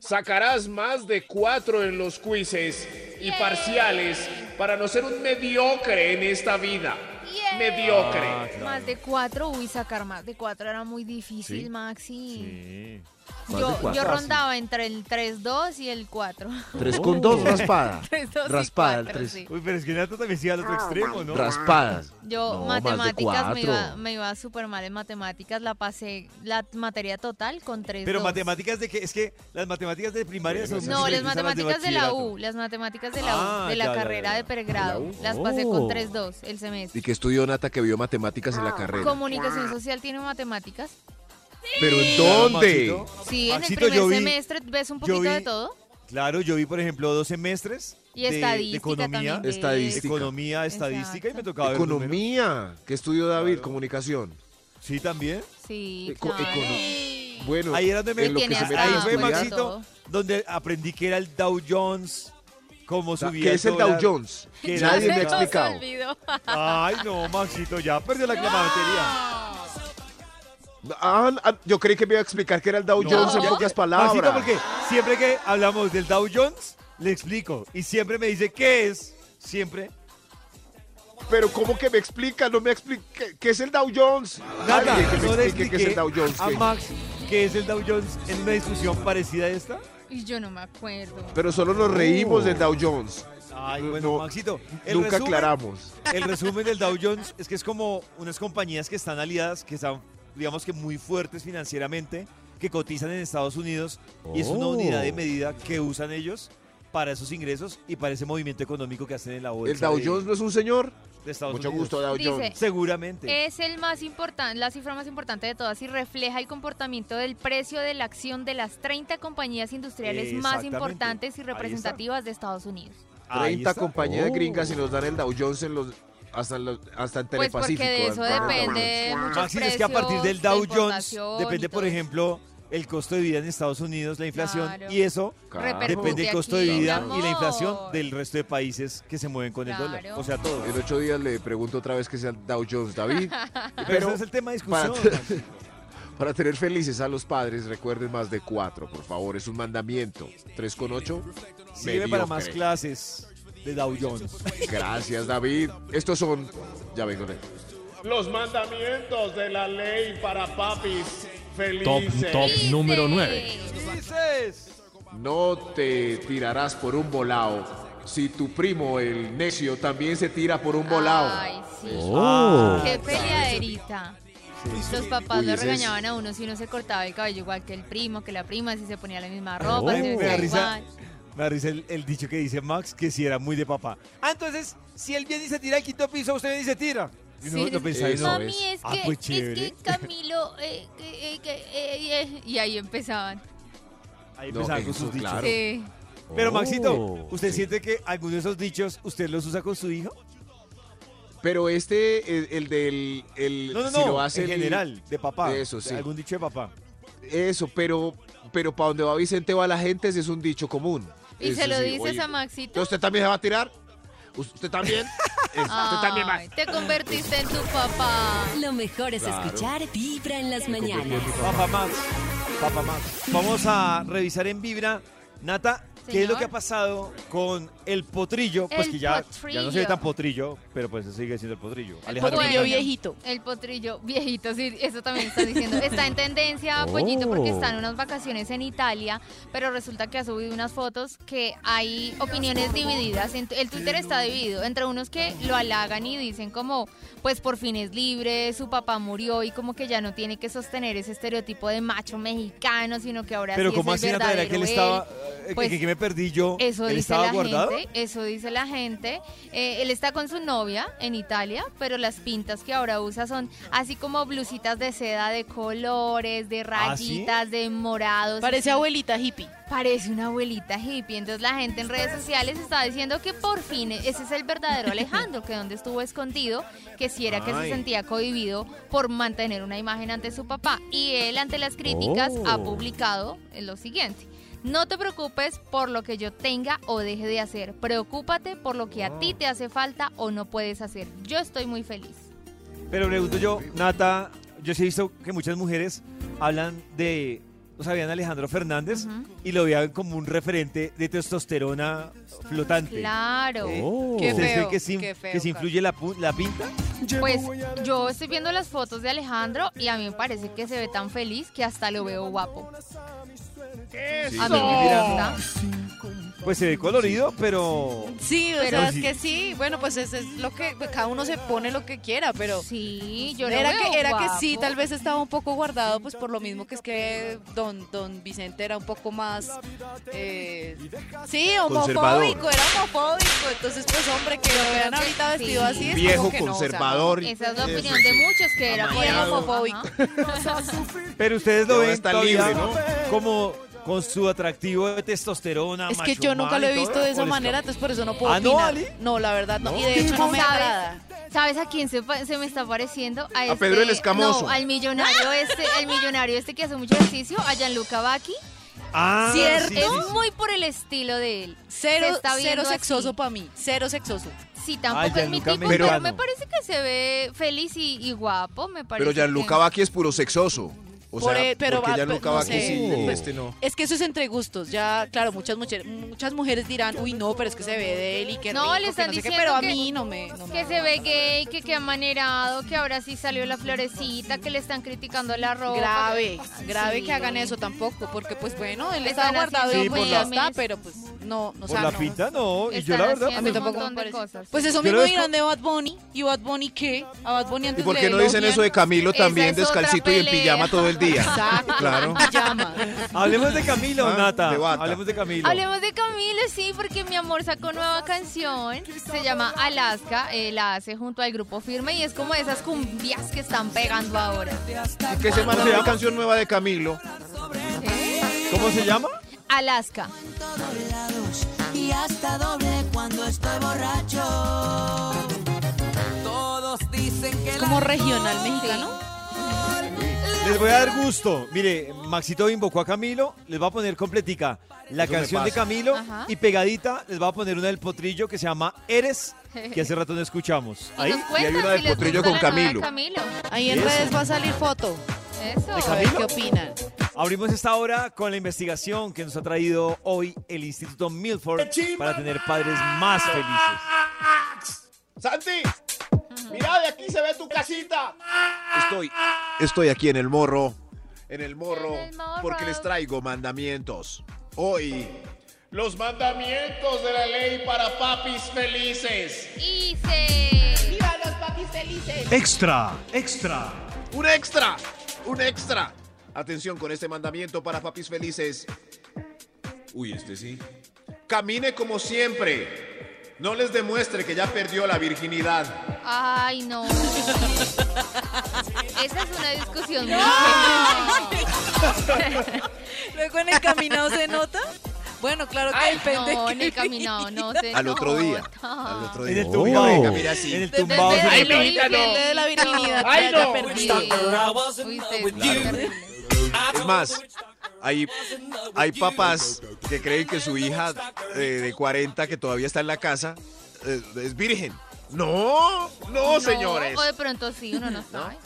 [SPEAKER 6] Sacarás más de cuatro en los quizzes y parciales para no ser un mediocre en esta vida.
[SPEAKER 3] Yeah.
[SPEAKER 6] Mediocre.
[SPEAKER 8] Ah.
[SPEAKER 3] Más de cuatro, uy, sacar más de cuatro era muy difícil,
[SPEAKER 4] Sí.
[SPEAKER 3] Maxi.
[SPEAKER 4] Más de
[SPEAKER 3] Yo,
[SPEAKER 4] cuatro.
[SPEAKER 3] yo rondaba entre el 3-2 y el <laughs> 4.
[SPEAKER 9] Tres con
[SPEAKER 8] Oh.
[SPEAKER 9] dos
[SPEAKER 8] <laughs>
[SPEAKER 9] raspada.
[SPEAKER 3] 3-2
[SPEAKER 9] Raspada, el
[SPEAKER 3] y 4,
[SPEAKER 9] tres.
[SPEAKER 3] sí.
[SPEAKER 2] Uy, pero es que Nato también sigue al
[SPEAKER 3] Ah,
[SPEAKER 2] otro extremo, ¿no?
[SPEAKER 9] Raspadas.
[SPEAKER 3] Yo
[SPEAKER 9] No, más de
[SPEAKER 3] matemáticas me iba,
[SPEAKER 9] cuatro.
[SPEAKER 3] me iba súper mal en matemáticas, la pasé la materia total con 3
[SPEAKER 2] Pero matemáticas de que es que las matemáticas de primaria son
[SPEAKER 3] No,
[SPEAKER 2] diferentes
[SPEAKER 3] las
[SPEAKER 2] a
[SPEAKER 3] matemáticas de la U,
[SPEAKER 2] bachillerato.
[SPEAKER 3] las matemáticas de la U,
[SPEAKER 2] Ah,
[SPEAKER 3] de la
[SPEAKER 2] ya, ya,
[SPEAKER 3] carrera
[SPEAKER 2] ya.
[SPEAKER 3] de pregrado, las pasé
[SPEAKER 8] Oh.
[SPEAKER 3] con 3-2 el semestre.
[SPEAKER 4] Y que estudió Nata que vio matemáticas
[SPEAKER 3] Ah,
[SPEAKER 4] en la carrera.
[SPEAKER 3] Comunicación social tiene matemáticas.
[SPEAKER 4] ¿Pero en
[SPEAKER 2] Claro,
[SPEAKER 4] dónde?
[SPEAKER 2] Maxito.
[SPEAKER 3] Sí, en
[SPEAKER 2] Maxito,
[SPEAKER 3] el primer
[SPEAKER 2] yo vi-
[SPEAKER 3] semestre ves
[SPEAKER 2] yo
[SPEAKER 3] un poquito de
[SPEAKER 2] vi-
[SPEAKER 3] todo.
[SPEAKER 2] Claro, yo vi por ejemplo dos semestres
[SPEAKER 3] Y
[SPEAKER 2] de- de
[SPEAKER 3] estadística
[SPEAKER 2] economía,
[SPEAKER 3] también. de-
[SPEAKER 4] Estadística.
[SPEAKER 2] economía, estadística y me
[SPEAKER 3] Exacto.
[SPEAKER 2] tocaba ver números.
[SPEAKER 4] Economía. ¿Qué estudió David? Comunicación.
[SPEAKER 2] Sí, también.
[SPEAKER 3] Sí,
[SPEAKER 4] Eco-
[SPEAKER 3] claro.
[SPEAKER 4] econo- Bueno,
[SPEAKER 2] Ahí era donde me-
[SPEAKER 4] en lo que
[SPEAKER 3] Tiene
[SPEAKER 4] se
[SPEAKER 3] hasta
[SPEAKER 4] mete
[SPEAKER 2] ahí
[SPEAKER 4] la
[SPEAKER 2] fue
[SPEAKER 3] pues,
[SPEAKER 4] estudiar,
[SPEAKER 2] Maxito
[SPEAKER 3] todo.
[SPEAKER 2] donde aprendí que era el Dow Jones, cómo subía.
[SPEAKER 4] ¿Qué es el Dow
[SPEAKER 2] dólar,
[SPEAKER 4] Jones?
[SPEAKER 2] que era
[SPEAKER 4] Nadie
[SPEAKER 2] el
[SPEAKER 4] me ha
[SPEAKER 3] <laughs> Se nos
[SPEAKER 2] dólar.
[SPEAKER 4] explicado.
[SPEAKER 3] olvidó.
[SPEAKER 2] Ay, no, Maxito, ya perdió la clamatería.
[SPEAKER 4] Ah, ah, yo creí que me iba a explicar que era el Dow
[SPEAKER 2] No.
[SPEAKER 4] Jones en
[SPEAKER 3] No.
[SPEAKER 4] pocas
[SPEAKER 2] Maxito,
[SPEAKER 4] palabras.
[SPEAKER 2] porque siempre que hablamos del Dow Jones, le explico. Y siempre me dice, ¿qué es? Siempre.
[SPEAKER 4] Pero ¿cómo que me explica? No me explica. ¿Qué es el Dow Jones?
[SPEAKER 2] Nada,
[SPEAKER 4] Alguien que me
[SPEAKER 2] no le
[SPEAKER 4] explique qué es el Dow
[SPEAKER 2] expliqué
[SPEAKER 4] Jones.
[SPEAKER 2] a
[SPEAKER 4] ¿qué?
[SPEAKER 2] Max qué es el Dow Jones en una discusión parecida a esta.
[SPEAKER 3] Y yo no me acuerdo.
[SPEAKER 4] Pero solo nos reímos del Dow Jones.
[SPEAKER 2] Ay,
[SPEAKER 4] No,
[SPEAKER 2] bueno,
[SPEAKER 4] no,
[SPEAKER 2] Maxito, el
[SPEAKER 4] Nunca
[SPEAKER 2] resumen-
[SPEAKER 4] aclaramos.
[SPEAKER 2] El resumen del Dow Jones es que es como unas compañías que están aliadas, que están, digamos que muy fuertes financieramente, que cotizan en Estados Unidos y es una unidad
[SPEAKER 4] Oh.
[SPEAKER 2] de medida que usan ellos para esos ingresos y para ese movimiento económico que hacen en la bolsa.
[SPEAKER 4] ¿El Dow
[SPEAKER 2] de-
[SPEAKER 4] Jones no es un señor?
[SPEAKER 2] de Estados
[SPEAKER 4] Mucho
[SPEAKER 2] Unidos.
[SPEAKER 4] gusto, Dow
[SPEAKER 3] Dice-
[SPEAKER 4] Jones.
[SPEAKER 2] Seguramente.
[SPEAKER 3] Es el más importante, la cifra más importante de todas y refleja el comportamiento del precio de la acción de las 30 compañías industriales más
[SPEAKER 2] Exactamente.
[SPEAKER 3] importantes y
[SPEAKER 2] Ahí está.
[SPEAKER 3] representativas de Estados Unidos.
[SPEAKER 2] Ahí
[SPEAKER 4] 30
[SPEAKER 2] está. Oh.
[SPEAKER 4] compañías gringas y nos dan el Dow Jones en los, hasta, en los- hasta en
[SPEAKER 3] Pues porque
[SPEAKER 4] Telepacífico.
[SPEAKER 3] de eso
[SPEAKER 4] dan el Dow
[SPEAKER 3] depende muchos
[SPEAKER 2] Maxi, Ah, es que a
[SPEAKER 3] precios
[SPEAKER 2] partir del
[SPEAKER 3] de
[SPEAKER 2] Dow Jones
[SPEAKER 3] importación y
[SPEAKER 2] depende, por
[SPEAKER 3] todo eso.
[SPEAKER 2] ejemplo, el costo de vida en Estados Unidos, la inflación
[SPEAKER 3] Claro.
[SPEAKER 2] y eso
[SPEAKER 4] Claro.
[SPEAKER 3] Repercute
[SPEAKER 2] depende del
[SPEAKER 3] aquí,
[SPEAKER 2] costo de
[SPEAKER 3] mi
[SPEAKER 2] vida y la
[SPEAKER 3] amor.
[SPEAKER 2] inflación del resto de países que se mueven con el dólar.
[SPEAKER 3] Claro.
[SPEAKER 2] O sea, todo.
[SPEAKER 4] Jones. En ocho días le pregunto otra vez que sea el Dow Jones,
[SPEAKER 3] <laughs>
[SPEAKER 4] David.
[SPEAKER 2] Pero
[SPEAKER 4] Pero
[SPEAKER 2] ese es el tema de
[SPEAKER 4] para,
[SPEAKER 2] discusión.
[SPEAKER 4] <laughs> para tener felices a los padres, recuerden más de cuatro, por favor. Es un mandamiento. ¿Tres con ocho?
[SPEAKER 2] Sígueme para más
[SPEAKER 4] Mediocre.
[SPEAKER 2] clases de Dow Jones.
[SPEAKER 4] Gracias, David. Estos son. Ya vengo, Ney.
[SPEAKER 6] Los mandamientos de la ley para papis
[SPEAKER 8] Top,
[SPEAKER 6] felices.
[SPEAKER 8] top número 9.
[SPEAKER 4] No te tirarás por un volado si tu primo, el necio, también se tira por un volado.
[SPEAKER 3] Ay, sí.
[SPEAKER 8] Oh.
[SPEAKER 3] Qué peleaderita. Los papás
[SPEAKER 4] Uy,
[SPEAKER 3] lo
[SPEAKER 4] ese es-
[SPEAKER 3] regañaban a uno si uno se cortaba el cabello igual que el primo, que la prima, si se ponía la misma ropa,
[SPEAKER 8] Oh.
[SPEAKER 3] si
[SPEAKER 2] Ay, me da
[SPEAKER 3] vestía
[SPEAKER 2] risa,
[SPEAKER 3] igual.
[SPEAKER 2] me da risa el, el dicho que dice Max que si era muy de papá. Ah, entonces, si él viene y se tira al quinto piso, usted viene y se tira. Y uno
[SPEAKER 3] Sí.
[SPEAKER 2] lo pensaba y
[SPEAKER 4] Eso
[SPEAKER 2] no.
[SPEAKER 3] Mami,
[SPEAKER 4] es.
[SPEAKER 3] es
[SPEAKER 2] Ah,
[SPEAKER 3] que,
[SPEAKER 2] pues
[SPEAKER 3] es
[SPEAKER 2] chévere.
[SPEAKER 3] que Camilo... eh, que- eh, que- eh, eh, y ahí empezaban.
[SPEAKER 2] Ahí
[SPEAKER 4] No,
[SPEAKER 2] empezaba con
[SPEAKER 4] eso,
[SPEAKER 2] sus dichos.
[SPEAKER 4] claro.
[SPEAKER 3] Sí.
[SPEAKER 2] Pero Maxito,
[SPEAKER 8] Oh.
[SPEAKER 2] ¿usted siente que alguno de esos dichos usted los usa con su hijo?
[SPEAKER 4] Pero este, el, el del. El,
[SPEAKER 2] No, no, no.
[SPEAKER 4] si lo hace
[SPEAKER 2] en
[SPEAKER 4] el-
[SPEAKER 2] general, de papá.
[SPEAKER 4] de eso, sí.
[SPEAKER 2] Algún dicho de papá.
[SPEAKER 4] Eso, pero. Pero para donde va Vicente va la gente, ese es un dicho común.
[SPEAKER 3] Y
[SPEAKER 4] Eso
[SPEAKER 3] se lo
[SPEAKER 4] sí,
[SPEAKER 3] dices
[SPEAKER 4] oye,
[SPEAKER 3] a Maxito.
[SPEAKER 4] ¿Usted también se va a tirar? ¿Usted
[SPEAKER 10] <laughs>
[SPEAKER 4] también? Eso.
[SPEAKER 10] Ah,
[SPEAKER 3] Ay, te convertiste en tu papá.
[SPEAKER 1] Lo mejor es
[SPEAKER 4] Claro.
[SPEAKER 1] escuchar Vibra en las mañanas.
[SPEAKER 2] Papá Max. Papá Max. Vamos a revisar en Vibra, Nata, ¿Qué es lo
[SPEAKER 3] Señor.
[SPEAKER 2] que ha pasado con el potrillo? Pues
[SPEAKER 3] El
[SPEAKER 2] que ya, ya no se ve
[SPEAKER 3] potrillo.
[SPEAKER 2] tan potrillo, pero pues sigue siendo el potrillo.
[SPEAKER 3] potrillo
[SPEAKER 2] Montaña.
[SPEAKER 10] viejito.
[SPEAKER 3] El potrillo viejito, sí, eso también está diciendo. Está en tendencia,
[SPEAKER 2] Oh.
[SPEAKER 3] pollito, porque está en unas vacaciones en Italia, pero resulta que ha subido unas fotos que hay opiniones divididas. En- El Twitter está dividido entre unos que lo halagan y dicen como, pues por fin es libre, su papá murió y como que ya no tiene que sostener ese estereotipo de macho mexicano, sino que ahora
[SPEAKER 2] Pero
[SPEAKER 3] sí
[SPEAKER 2] ¿cómo
[SPEAKER 3] es
[SPEAKER 2] así,
[SPEAKER 3] el
[SPEAKER 2] Natalia,
[SPEAKER 3] verdadero
[SPEAKER 2] que él
[SPEAKER 3] él.
[SPEAKER 2] estaba... eh,
[SPEAKER 3] Pues,
[SPEAKER 2] que, que me perdí yo?
[SPEAKER 3] Eso
[SPEAKER 2] ¿Él
[SPEAKER 3] dice
[SPEAKER 2] estaba
[SPEAKER 3] la
[SPEAKER 2] guardado?
[SPEAKER 3] gente, eso dice la gente. Eh, él está con su novia en Italia, pero las pintas que ahora usa son así como blusitas de seda de colores, de
[SPEAKER 10] ¿Ah, sí?
[SPEAKER 3] rayitas, de morados. así.
[SPEAKER 10] Parece abuelita hippie.
[SPEAKER 3] Parece una abuelita hippie. Entonces la gente en redes sociales está diciendo que por fin ese es el verdadero Alejandro, que donde estuvo escondido, que si era que se
[SPEAKER 10] Ay.
[SPEAKER 3] sentía cohibido por mantener una imagen ante su papá. Y él ante las críticas ha
[SPEAKER 10] Oh.
[SPEAKER 3] publicado lo siguiente. No te preocupes por lo que yo tenga o deje de hacer. Preocúpate por lo que a ti te hace falta o no puedes hacer. Yo estoy muy feliz.
[SPEAKER 2] Pero pregunto yo, Nata, yo sí he visto que muchas mujeres hablan de... O sea, vean a Alejandro Fernández y lo vean como un referente de testosterona flotante.
[SPEAKER 3] Claro.
[SPEAKER 8] Oh.
[SPEAKER 3] Qué
[SPEAKER 2] ¿Ustedes creen
[SPEAKER 3] feo,
[SPEAKER 2] que sí,
[SPEAKER 3] qué feo,
[SPEAKER 2] que sí
[SPEAKER 3] Carlos.
[SPEAKER 2] influye la, pu- la pinta?
[SPEAKER 3] Pues yo estoy viendo las fotos de Alejandro y a mí me parece que se ve tan feliz que hasta lo veo guapo. A mí me gusta.
[SPEAKER 2] Pues se ve colorido, pero...
[SPEAKER 10] Sí, o
[SPEAKER 2] Pero
[SPEAKER 10] sea,
[SPEAKER 2] sí.
[SPEAKER 10] es que sí. Bueno, pues eso es lo que pues, cada uno se pone lo que quiera, pero
[SPEAKER 3] sí, yo lo
[SPEAKER 10] era
[SPEAKER 3] veo
[SPEAKER 10] que era
[SPEAKER 3] guapo.
[SPEAKER 10] que sí, tal vez estaba un poco guardado, pues por lo mismo que es que don don Vicente era un poco más eh, sí,
[SPEAKER 4] Conservador.
[SPEAKER 10] homofóbico, era homofóbico, entonces pues hombre que lo vean ahorita vestido así es como
[SPEAKER 4] Viejo
[SPEAKER 10] que no, o sea,
[SPEAKER 4] conservador.
[SPEAKER 10] esa es
[SPEAKER 3] La
[SPEAKER 10] la
[SPEAKER 3] opinión de muchos que era
[SPEAKER 10] Fue
[SPEAKER 3] guapo.
[SPEAKER 10] homofóbico.
[SPEAKER 2] Pero ustedes lo
[SPEAKER 4] ahora
[SPEAKER 2] ven
[SPEAKER 4] está
[SPEAKER 2] todavía
[SPEAKER 4] libre, ¿no?
[SPEAKER 2] como con su atractivo de testosterona.
[SPEAKER 10] Es que
[SPEAKER 2] macho
[SPEAKER 10] yo nunca
[SPEAKER 2] man
[SPEAKER 10] lo
[SPEAKER 2] y
[SPEAKER 10] he
[SPEAKER 2] todo,
[SPEAKER 10] visto de esa
[SPEAKER 2] ¿o les
[SPEAKER 10] manera, entonces por eso no puedo
[SPEAKER 2] ¿Ah, no,
[SPEAKER 10] opinar.
[SPEAKER 2] Ali?
[SPEAKER 10] No, la verdad no.
[SPEAKER 2] ¿No?
[SPEAKER 10] Y de hecho Eh, no me
[SPEAKER 3] ¿Sabes?
[SPEAKER 10] agrada.
[SPEAKER 3] ¿Sabes a quién se, pa- se me está pareciendo? A, este-
[SPEAKER 10] Pedro el Escamoso.
[SPEAKER 3] No, al millonario este, el millonario este que hace mucho ejercicio, a Gianluca Vacchi.
[SPEAKER 2] Ah,
[SPEAKER 10] ¿Cierto?
[SPEAKER 3] Es muy por el estilo de él.
[SPEAKER 10] Cero,
[SPEAKER 3] Se está
[SPEAKER 10] cero
[SPEAKER 3] viendo así.
[SPEAKER 10] sexoso para mí. Cero sexoso.
[SPEAKER 3] Sí, tampoco
[SPEAKER 4] Ay,
[SPEAKER 3] es mi
[SPEAKER 4] Gianluca
[SPEAKER 3] tipo,
[SPEAKER 4] Pero-
[SPEAKER 3] pero me parece que se ve feliz y, y guapo, me parece.
[SPEAKER 4] Pero Gianluca
[SPEAKER 3] que-
[SPEAKER 4] Vacchi es puro sexoso. O
[SPEAKER 10] Por
[SPEAKER 4] sea,
[SPEAKER 10] él, pero
[SPEAKER 4] porque
[SPEAKER 10] va-
[SPEAKER 4] Gianluca
[SPEAKER 10] no
[SPEAKER 4] Vacchi
[SPEAKER 10] sé.
[SPEAKER 4] sí,
[SPEAKER 10] No.
[SPEAKER 4] este no.
[SPEAKER 10] Es que eso es entre gustos. Ya, claro, muchas mujeres, muchas mujeres dirán, uy, no, pero es que se ve de él y que
[SPEAKER 3] No, le están
[SPEAKER 10] no sé qué",
[SPEAKER 3] diciendo
[SPEAKER 10] pero a
[SPEAKER 3] que-
[SPEAKER 10] mí no me. no me-
[SPEAKER 3] Que se ve gay, que queda amanerado, que ahora sí salió la florecita, que le están criticando la ropa.
[SPEAKER 10] Grave,
[SPEAKER 3] Sí.
[SPEAKER 10] grave que hagan eso tampoco, porque pues bueno, él
[SPEAKER 3] Están
[SPEAKER 10] estaba guardado
[SPEAKER 2] haciendo
[SPEAKER 10] y pues
[SPEAKER 2] Sí,
[SPEAKER 10] ya
[SPEAKER 2] por
[SPEAKER 10] está, pero pues no, no
[SPEAKER 2] Por
[SPEAKER 10] o sea,
[SPEAKER 2] la
[SPEAKER 10] no.
[SPEAKER 2] pinta no, y yo la verdad...
[SPEAKER 10] A mí tampoco me parece. Pues
[SPEAKER 2] Yo lo
[SPEAKER 10] eso mismo
[SPEAKER 2] veo
[SPEAKER 10] dirán de Bad Bunny. ¿Y Bad Bunny qué? A Bad Bunny antes
[SPEAKER 4] ¿Y por
[SPEAKER 10] le
[SPEAKER 4] qué no dicen
[SPEAKER 10] elogian.
[SPEAKER 4] eso de Camilo
[SPEAKER 10] Esa
[SPEAKER 4] también
[SPEAKER 10] es otra
[SPEAKER 4] descalcito y en
[SPEAKER 10] pelea.
[SPEAKER 4] pijama todo el día?
[SPEAKER 10] Exacto. <laughs>
[SPEAKER 4] Claro.
[SPEAKER 10] En pijama.
[SPEAKER 2] Hablemos de Camilo,
[SPEAKER 4] Ah,
[SPEAKER 2] Nata.
[SPEAKER 4] de bata.
[SPEAKER 2] Hablemos de Camilo.
[SPEAKER 3] Hablemos de Camilo, sí, porque mi amor sacó nueva canción. Se llama Alaska. eh, la hace junto al grupo Firme y es como esas cumbias que están pegando ahora.
[SPEAKER 4] ¿Y qué semana hay canción nueva de Camilo?
[SPEAKER 2] ¿Cómo se llama?
[SPEAKER 3] Alaska.
[SPEAKER 11] y hasta doble cuando estoy borracho. Todos dicen que
[SPEAKER 10] Es como regional mexicano.
[SPEAKER 2] Les voy a dar gusto. Mire, Maxito invocó a Camilo, les va a poner completica la
[SPEAKER 4] Eso me
[SPEAKER 2] canción de
[SPEAKER 4] pasa.
[SPEAKER 2] Camilo
[SPEAKER 3] Ajá.
[SPEAKER 2] y pegadita les va a poner una del potrillo que se llama Eres, que hace rato no escuchamos.
[SPEAKER 3] Y
[SPEAKER 2] Ahí.
[SPEAKER 3] nos cuentan si les gusta la nueva de Camilo.
[SPEAKER 10] Ahí en
[SPEAKER 2] Eso.
[SPEAKER 10] redes va a salir foto.
[SPEAKER 3] Eso.
[SPEAKER 10] A ver qué opinan.
[SPEAKER 2] Abrimos esta hora con la investigación que nos ha traído hoy el Instituto Milford para tener padres más felices.
[SPEAKER 6] Santi, mira, de aquí se ve tu casita.
[SPEAKER 4] Estoy, estoy aquí en el morro, en el morro, porque les traigo mandamientos. Hoy,
[SPEAKER 6] Los mandamientos de la ley para papis felices.
[SPEAKER 3] Y se...
[SPEAKER 11] ¡Viva los papis felices!
[SPEAKER 7] Extra, extra.
[SPEAKER 4] un extra, un extra. Atención con este mandamiento para papis felices. Uy, este sí. Camine como siempre. No les demuestre que ya perdió la virginidad.
[SPEAKER 3] Ay, no. Esa es una discusión. muy fuerte.
[SPEAKER 10] Luego en el caminado se nota. Bueno, claro que depende.
[SPEAKER 3] No,
[SPEAKER 10] que-
[SPEAKER 3] en el caminado no se
[SPEAKER 4] Al otro día.
[SPEAKER 3] nota.
[SPEAKER 4] Al otro
[SPEAKER 2] En
[SPEAKER 4] día.
[SPEAKER 2] el tumbao.
[SPEAKER 4] Venga, mira así.
[SPEAKER 2] En el
[SPEAKER 10] Depende
[SPEAKER 2] tumbado.
[SPEAKER 10] de-
[SPEAKER 2] se
[SPEAKER 10] ay,
[SPEAKER 2] lo
[SPEAKER 10] lo
[SPEAKER 2] pide.
[SPEAKER 10] depende de la virginidad. que haya perdido.
[SPEAKER 3] Uy, ustedes son terribles.
[SPEAKER 4] Es más, hay, hay papás que creen que su hija eh, de 40 que todavía está en la casa eh, es virgen. No, no,
[SPEAKER 2] Oh,
[SPEAKER 3] No,
[SPEAKER 4] señores.
[SPEAKER 2] <laughs>
[SPEAKER 4] Ah,
[SPEAKER 3] O de pronto sí, uno no sabe.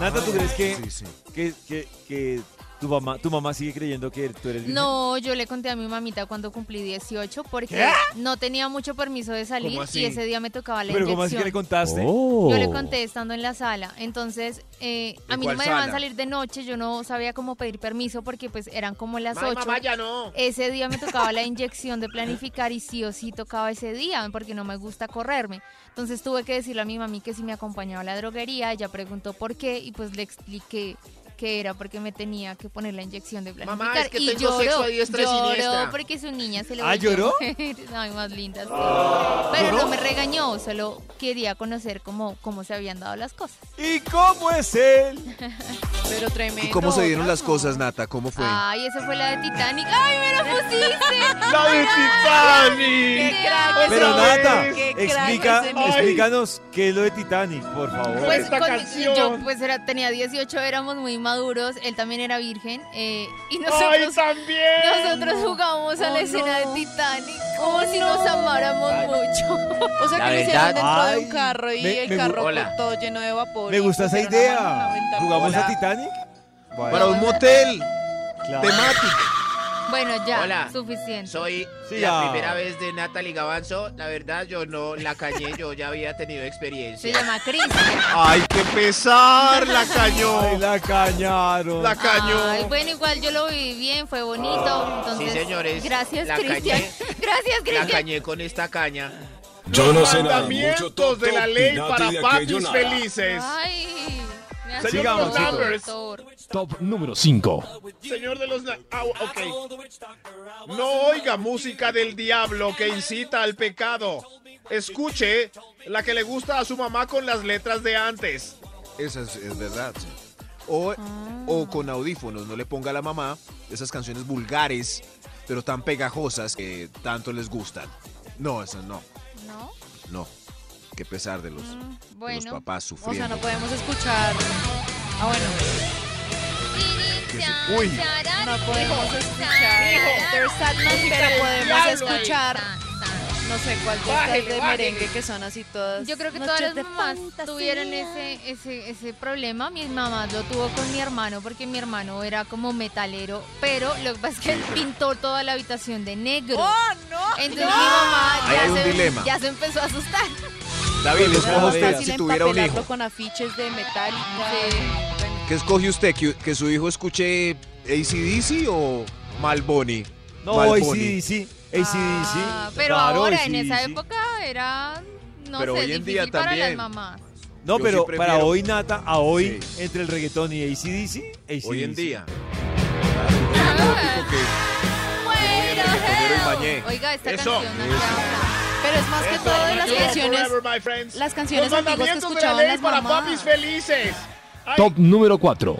[SPEAKER 2] Nata, ¿tú crees que,
[SPEAKER 4] Sí, sí.
[SPEAKER 2] que, que- que Tu mamá, tu mamá sigue creyendo que tú eres virgen.
[SPEAKER 3] No, yo le conté a mi mamita cuando cumplí 18 porque
[SPEAKER 2] ¿Qué?
[SPEAKER 3] no tenía mucho permiso de salir
[SPEAKER 2] ¿Cómo así?
[SPEAKER 3] y ese día me tocaba la
[SPEAKER 2] Pero
[SPEAKER 3] inyección.
[SPEAKER 2] ¿cómo así que le
[SPEAKER 4] Oh.
[SPEAKER 2] contaste?
[SPEAKER 9] Oh.
[SPEAKER 3] Yo
[SPEAKER 2] Oh.
[SPEAKER 3] le conté estando en la sala. Entonces, eh, a
[SPEAKER 2] ¿En
[SPEAKER 3] mí no
[SPEAKER 2] cuál
[SPEAKER 3] me dejaban
[SPEAKER 2] sala?
[SPEAKER 3] salir de noche, yo no sabía cómo pedir permiso porque pues eran como las
[SPEAKER 11] Ay,
[SPEAKER 3] 8.
[SPEAKER 11] mamá, ya no.
[SPEAKER 3] Ese día me tocaba la inyección de planificar y sí o sí tocaba ese día porque no me gusta correrme. Entonces tuve que decirle a mi mami que si me acompañaba a la droguería, ella preguntó por qué y pues le expliqué que era porque me tenía que poner la inyección de planificar.
[SPEAKER 11] Mamá, es que
[SPEAKER 3] y
[SPEAKER 11] tengo
[SPEAKER 3] lloró,
[SPEAKER 11] sexo a diestra y siniestra.
[SPEAKER 3] lloró porque su niña se lo
[SPEAKER 2] ¿Ah, lloró?
[SPEAKER 3] <laughs> Ay, más linda. sí. Pero no me regañó, solo quería conocer cómo, cómo se habían dado las cosas.
[SPEAKER 2] ¿Y cómo es él?
[SPEAKER 10] Pero tremendo.
[SPEAKER 4] ¿Y cómo se dieron las cosas, Nata? ¿Cómo fue?
[SPEAKER 3] Ay, esa fue la de Titanic. ¡Ay, me
[SPEAKER 4] <laughs>
[SPEAKER 3] la pusiste!
[SPEAKER 2] ¡La de Titanic!
[SPEAKER 3] ¡Qué crack ese
[SPEAKER 2] Pero
[SPEAKER 3] hombre!
[SPEAKER 2] Nata,
[SPEAKER 3] ¡Qué crack
[SPEAKER 2] explica,
[SPEAKER 3] ese hombre!
[SPEAKER 2] explícanos qué es lo de Titanic, por favor.
[SPEAKER 3] Pues con- yo pues era, tenía 18, éramos muy maduros, él también era virgen eh, y nosotros
[SPEAKER 6] también!
[SPEAKER 3] Nosotros jugamos a la
[SPEAKER 10] Oh,
[SPEAKER 3] escena
[SPEAKER 10] no. Oh,
[SPEAKER 3] de Titanic como si nos amáramos mucho. <laughs>
[SPEAKER 10] O sea,
[SPEAKER 3] La
[SPEAKER 10] que lo hicieron
[SPEAKER 3] verdad-
[SPEAKER 10] dentro de
[SPEAKER 3] Ay,
[SPEAKER 10] un carro y
[SPEAKER 2] me-
[SPEAKER 10] el
[SPEAKER 2] me gu-
[SPEAKER 10] carro
[SPEAKER 2] Hola.
[SPEAKER 10] con todo lleno de vapor.
[SPEAKER 2] Me
[SPEAKER 10] y
[SPEAKER 2] gusta esa
[SPEAKER 10] pusieron la mano en
[SPEAKER 2] idea.
[SPEAKER 10] la ventana.
[SPEAKER 2] ¿Jugamos a
[SPEAKER 10] Hola.
[SPEAKER 2] Titanic?
[SPEAKER 4] Para un motel temático.
[SPEAKER 3] Bueno, ya,
[SPEAKER 11] Hola.
[SPEAKER 3] suficiente.
[SPEAKER 11] Soy
[SPEAKER 2] Sí, ah.
[SPEAKER 11] la
[SPEAKER 2] ya.
[SPEAKER 11] primera vez de Natalie Gavanzo. La verdad, yo no la cañé, yo ya había tenido experiencia.
[SPEAKER 3] Se llama Cristian.
[SPEAKER 4] ¡Ay, qué pesar! La cañó.
[SPEAKER 2] Ay, la cañaron.
[SPEAKER 4] La
[SPEAKER 3] Ay, bueno, igual yo lo viví bien, fue bonito. Entonces,
[SPEAKER 11] Ah, Sí, señores,
[SPEAKER 3] Gracias,
[SPEAKER 11] la
[SPEAKER 3] Cristian.
[SPEAKER 11] cañé.
[SPEAKER 3] <laughs> Gracias,
[SPEAKER 11] La
[SPEAKER 3] Cristian.
[SPEAKER 11] cañé con esta caña.
[SPEAKER 8] Yo no sé nada mucho.
[SPEAKER 6] Mandamientos de la ley
[SPEAKER 8] Nati,
[SPEAKER 6] para
[SPEAKER 8] de aquello
[SPEAKER 6] papis
[SPEAKER 8] nada.
[SPEAKER 6] felices.
[SPEAKER 3] Ay, me
[SPEAKER 6] Señor
[SPEAKER 3] hace
[SPEAKER 6] Sigamos,
[SPEAKER 3] un
[SPEAKER 6] chicos.
[SPEAKER 3] doctor.
[SPEAKER 8] Top número 5.
[SPEAKER 6] Señor de los... na- Ah, ok. No oiga música del diablo que incita al pecado. Escuche la que le gusta a su mamá con las letras de antes.
[SPEAKER 4] Esa es, es verdad. sí. O,
[SPEAKER 3] Ah.
[SPEAKER 4] o con audífonos, no le ponga a la mamá esas canciones vulgares, pero tan pegajosas que tanto les gustan. No, esas no,
[SPEAKER 3] ¿No? Ah.
[SPEAKER 4] no. Qué pesar de los, de los
[SPEAKER 3] Bueno.
[SPEAKER 4] papás
[SPEAKER 10] O sea,
[SPEAKER 4] sufriendo.
[SPEAKER 10] no podemos escuchar. Ah, bueno.
[SPEAKER 4] Uy.
[SPEAKER 10] No podemos escuchar. There's Sad Man, pero podemos escuchar. No sé cuál de estas de merengue que son así todas.
[SPEAKER 3] Yo creo que
[SPEAKER 10] Noches
[SPEAKER 3] todas las
[SPEAKER 10] de
[SPEAKER 3] mamás
[SPEAKER 10] fantasía.
[SPEAKER 3] tuvieron ese, ese, ese problema. Mi mamá lo tuvo con mi hermano porque mi hermano era como metalero, pero lo que pasa es que él pintó toda la habitación de negro.
[SPEAKER 10] ¡Oh, no!
[SPEAKER 3] Entonces mi mamá
[SPEAKER 4] Ahí hay
[SPEAKER 3] ya
[SPEAKER 4] un
[SPEAKER 3] se,
[SPEAKER 4] dilema.
[SPEAKER 3] ya se empezó a asustar.
[SPEAKER 4] David, ¿qué escoge
[SPEAKER 10] Más
[SPEAKER 4] usted
[SPEAKER 10] fácil
[SPEAKER 4] si tuviera un
[SPEAKER 10] empapelarlo
[SPEAKER 4] hijo?
[SPEAKER 10] con afiches de metal.
[SPEAKER 4] ¿Qué escoge usted? ¿Que, que su hijo escuche ACDC o Malboni?
[SPEAKER 2] No,
[SPEAKER 4] Malboni.
[SPEAKER 2] ACDC. ACDC.
[SPEAKER 3] Ah, pero
[SPEAKER 2] Claro,
[SPEAKER 3] ahora, en esa
[SPEAKER 2] AC/DC.
[SPEAKER 3] época, era, no
[SPEAKER 4] Pero
[SPEAKER 3] sé,
[SPEAKER 4] hoy en
[SPEAKER 3] difícil
[SPEAKER 4] día
[SPEAKER 3] para las
[SPEAKER 4] también.
[SPEAKER 3] mamás.
[SPEAKER 2] No,
[SPEAKER 4] Yo
[SPEAKER 2] pero
[SPEAKER 4] sí prefiero-
[SPEAKER 2] para hoy, Nata, a hoy, entre el reggaetón y ACDC, ACDC.
[SPEAKER 4] Hoy en día.
[SPEAKER 3] Bueno,
[SPEAKER 4] primero el
[SPEAKER 3] help.
[SPEAKER 4] bañé.
[SPEAKER 3] Oiga, esta
[SPEAKER 6] Eso.
[SPEAKER 3] canción no queda hablar.
[SPEAKER 10] Pero es más que
[SPEAKER 6] Eso,
[SPEAKER 10] todo de las
[SPEAKER 6] yo,
[SPEAKER 10] canciones.
[SPEAKER 6] forever, my friends.
[SPEAKER 10] Las canciones
[SPEAKER 6] Los
[SPEAKER 10] antiguas que
[SPEAKER 6] mandamientos de la
[SPEAKER 10] escuchaban
[SPEAKER 6] ley
[SPEAKER 10] las
[SPEAKER 6] para
[SPEAKER 10] mamás.
[SPEAKER 6] papis felices. Ay,
[SPEAKER 8] Top número 4.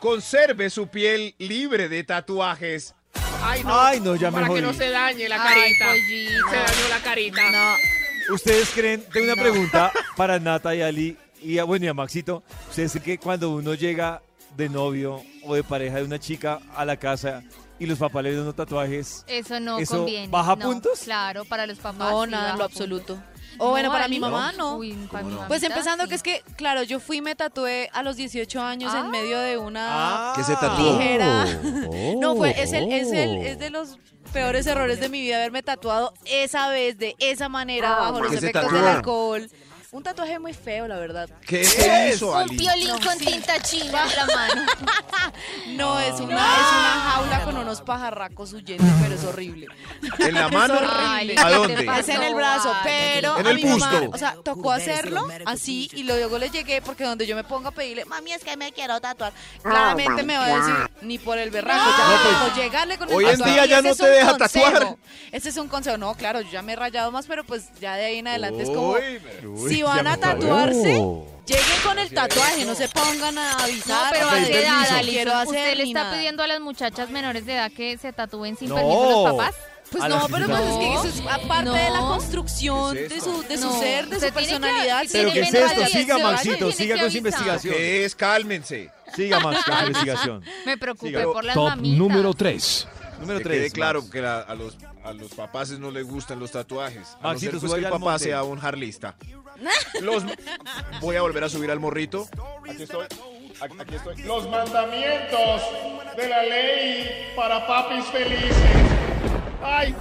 [SPEAKER 6] Conserve su piel libre de tatuajes. Ay, no.
[SPEAKER 2] Ay, no, ya me
[SPEAKER 6] para que
[SPEAKER 2] jodí.
[SPEAKER 6] no se dañe la
[SPEAKER 3] Ay, pues,
[SPEAKER 6] carita.
[SPEAKER 3] pollito.
[SPEAKER 6] se dañó la carita.
[SPEAKER 10] No.
[SPEAKER 2] ¿Ustedes creen? Tengo una pregunta para Nata y Ali y a, bueno, y a Maxito. ¿Ustedes creen que cuando uno llega de novio o de pareja de una chica a la casa y los papás le ven unos tatuajes?
[SPEAKER 3] Eso no
[SPEAKER 2] ¿Eso
[SPEAKER 3] conviene.
[SPEAKER 2] baja
[SPEAKER 3] no,
[SPEAKER 2] puntos?
[SPEAKER 3] Claro, para los papás.
[SPEAKER 10] No,
[SPEAKER 3] sí
[SPEAKER 10] nada,
[SPEAKER 3] baja
[SPEAKER 10] en lo
[SPEAKER 3] puntos.
[SPEAKER 10] absoluto. O bueno,
[SPEAKER 3] No,
[SPEAKER 10] para
[SPEAKER 3] Ali.
[SPEAKER 10] mi mamá no.
[SPEAKER 3] Uy, para mi
[SPEAKER 10] Pues
[SPEAKER 3] mamita,
[SPEAKER 10] empezando
[SPEAKER 3] sí.
[SPEAKER 10] que es que, claro, yo fui y me tatué a los 18 años
[SPEAKER 3] Ah.
[SPEAKER 10] en medio de una
[SPEAKER 4] Ah. ¿Qué se tatuó?
[SPEAKER 10] ligera.
[SPEAKER 9] Oh.
[SPEAKER 10] No, fue, es, el, es,
[SPEAKER 8] Oh.
[SPEAKER 10] el, es de los peores errores de mi vida haberme tatuado esa vez, de esa manera, bajo los
[SPEAKER 4] ¿Qué se
[SPEAKER 10] efectos del
[SPEAKER 4] tatuó?
[SPEAKER 10] alcohol. Un tatuaje muy feo, la verdad.
[SPEAKER 4] ¿Qué se hizo,
[SPEAKER 3] Un
[SPEAKER 4] Ali?
[SPEAKER 3] violín con tinta <laughs> china en la mano.
[SPEAKER 10] No, es una, es una jaula con unos pajarracos huyendo, pero es horrible.
[SPEAKER 4] ¿En la mano?
[SPEAKER 10] <laughs> Es horrible.
[SPEAKER 3] Ay,
[SPEAKER 4] ¿A
[SPEAKER 3] ¿qué
[SPEAKER 4] dónde?
[SPEAKER 3] te
[SPEAKER 10] Es en el brazo,
[SPEAKER 3] Ay,
[SPEAKER 10] pero
[SPEAKER 4] En
[SPEAKER 10] a
[SPEAKER 4] el
[SPEAKER 10] mi mamá,
[SPEAKER 4] busto.
[SPEAKER 10] o sea, tocó hacerlo así y luego le llegué porque donde yo me ponga a pedirle, mami, es que me quiero tatuar, claramente me va a decir ni por el berraco, ya me tocó llegarle con el
[SPEAKER 4] pues, hoy en
[SPEAKER 10] tatuaje,
[SPEAKER 4] día
[SPEAKER 10] y
[SPEAKER 4] ya
[SPEAKER 10] ese
[SPEAKER 4] no
[SPEAKER 10] es
[SPEAKER 4] te
[SPEAKER 10] un
[SPEAKER 4] deja
[SPEAKER 10] consejo.
[SPEAKER 4] tatuar.
[SPEAKER 10] Ese es un consejo, no, claro, yo ya me he rayado más, pero pues ya de ahí en adelante es como
[SPEAKER 4] Uy, pero-
[SPEAKER 10] si van a tatuarse, lleguen con el tatuaje, no se pongan a
[SPEAKER 3] No,
[SPEAKER 10] avisar,
[SPEAKER 3] pero a
[SPEAKER 10] pedir
[SPEAKER 3] qué edad,
[SPEAKER 10] permiso,
[SPEAKER 3] Alison?
[SPEAKER 10] quiero hacer
[SPEAKER 3] ¿Usted le
[SPEAKER 10] ni
[SPEAKER 3] está
[SPEAKER 10] nada.
[SPEAKER 3] pidiendo a las muchachas menores de edad que se tatúen sin
[SPEAKER 2] No.
[SPEAKER 3] permiso de los papás?
[SPEAKER 10] Pues
[SPEAKER 2] A
[SPEAKER 10] no,
[SPEAKER 2] las
[SPEAKER 10] pero pues es que
[SPEAKER 3] No.
[SPEAKER 10] eso es aparte de la
[SPEAKER 3] No.
[SPEAKER 10] construcción
[SPEAKER 4] ¿Qué es
[SPEAKER 10] de
[SPEAKER 4] esto?
[SPEAKER 10] su, de su
[SPEAKER 3] No.
[SPEAKER 10] ser, de
[SPEAKER 3] Usted tiene
[SPEAKER 10] su
[SPEAKER 3] que-
[SPEAKER 10] personalidad.
[SPEAKER 2] ¿Pero
[SPEAKER 3] tiene
[SPEAKER 2] qué es
[SPEAKER 3] mental
[SPEAKER 2] esto?
[SPEAKER 3] de
[SPEAKER 2] Siga,
[SPEAKER 3] acción,
[SPEAKER 2] Maxito,
[SPEAKER 3] tiene
[SPEAKER 2] siga con
[SPEAKER 3] que
[SPEAKER 2] su
[SPEAKER 3] avisar.
[SPEAKER 2] investigación.
[SPEAKER 4] ¿Qué es? Cálmense.
[SPEAKER 2] <laughs> Siga, Max, con su
[SPEAKER 10] <laughs>
[SPEAKER 2] investigación.
[SPEAKER 3] Me preocupé
[SPEAKER 2] Siga.
[SPEAKER 3] por las
[SPEAKER 8] Top
[SPEAKER 3] mamitas.
[SPEAKER 8] número 3.
[SPEAKER 2] Número
[SPEAKER 4] Que quede
[SPEAKER 2] 3.
[SPEAKER 4] claro que la- a, los, a los papás no les gustan los tatuajes. A no
[SPEAKER 2] Maxito,
[SPEAKER 4] ser pues,
[SPEAKER 2] suba
[SPEAKER 4] que el
[SPEAKER 2] ya al
[SPEAKER 4] papá
[SPEAKER 2] monte.
[SPEAKER 10] <laughs>
[SPEAKER 4] sea un harlista. Los, voy a volver a subir al morrito. Aquí estoy.
[SPEAKER 6] Aquí, aquí estoy. Los mandamientos de la ley para papis felices. Ay,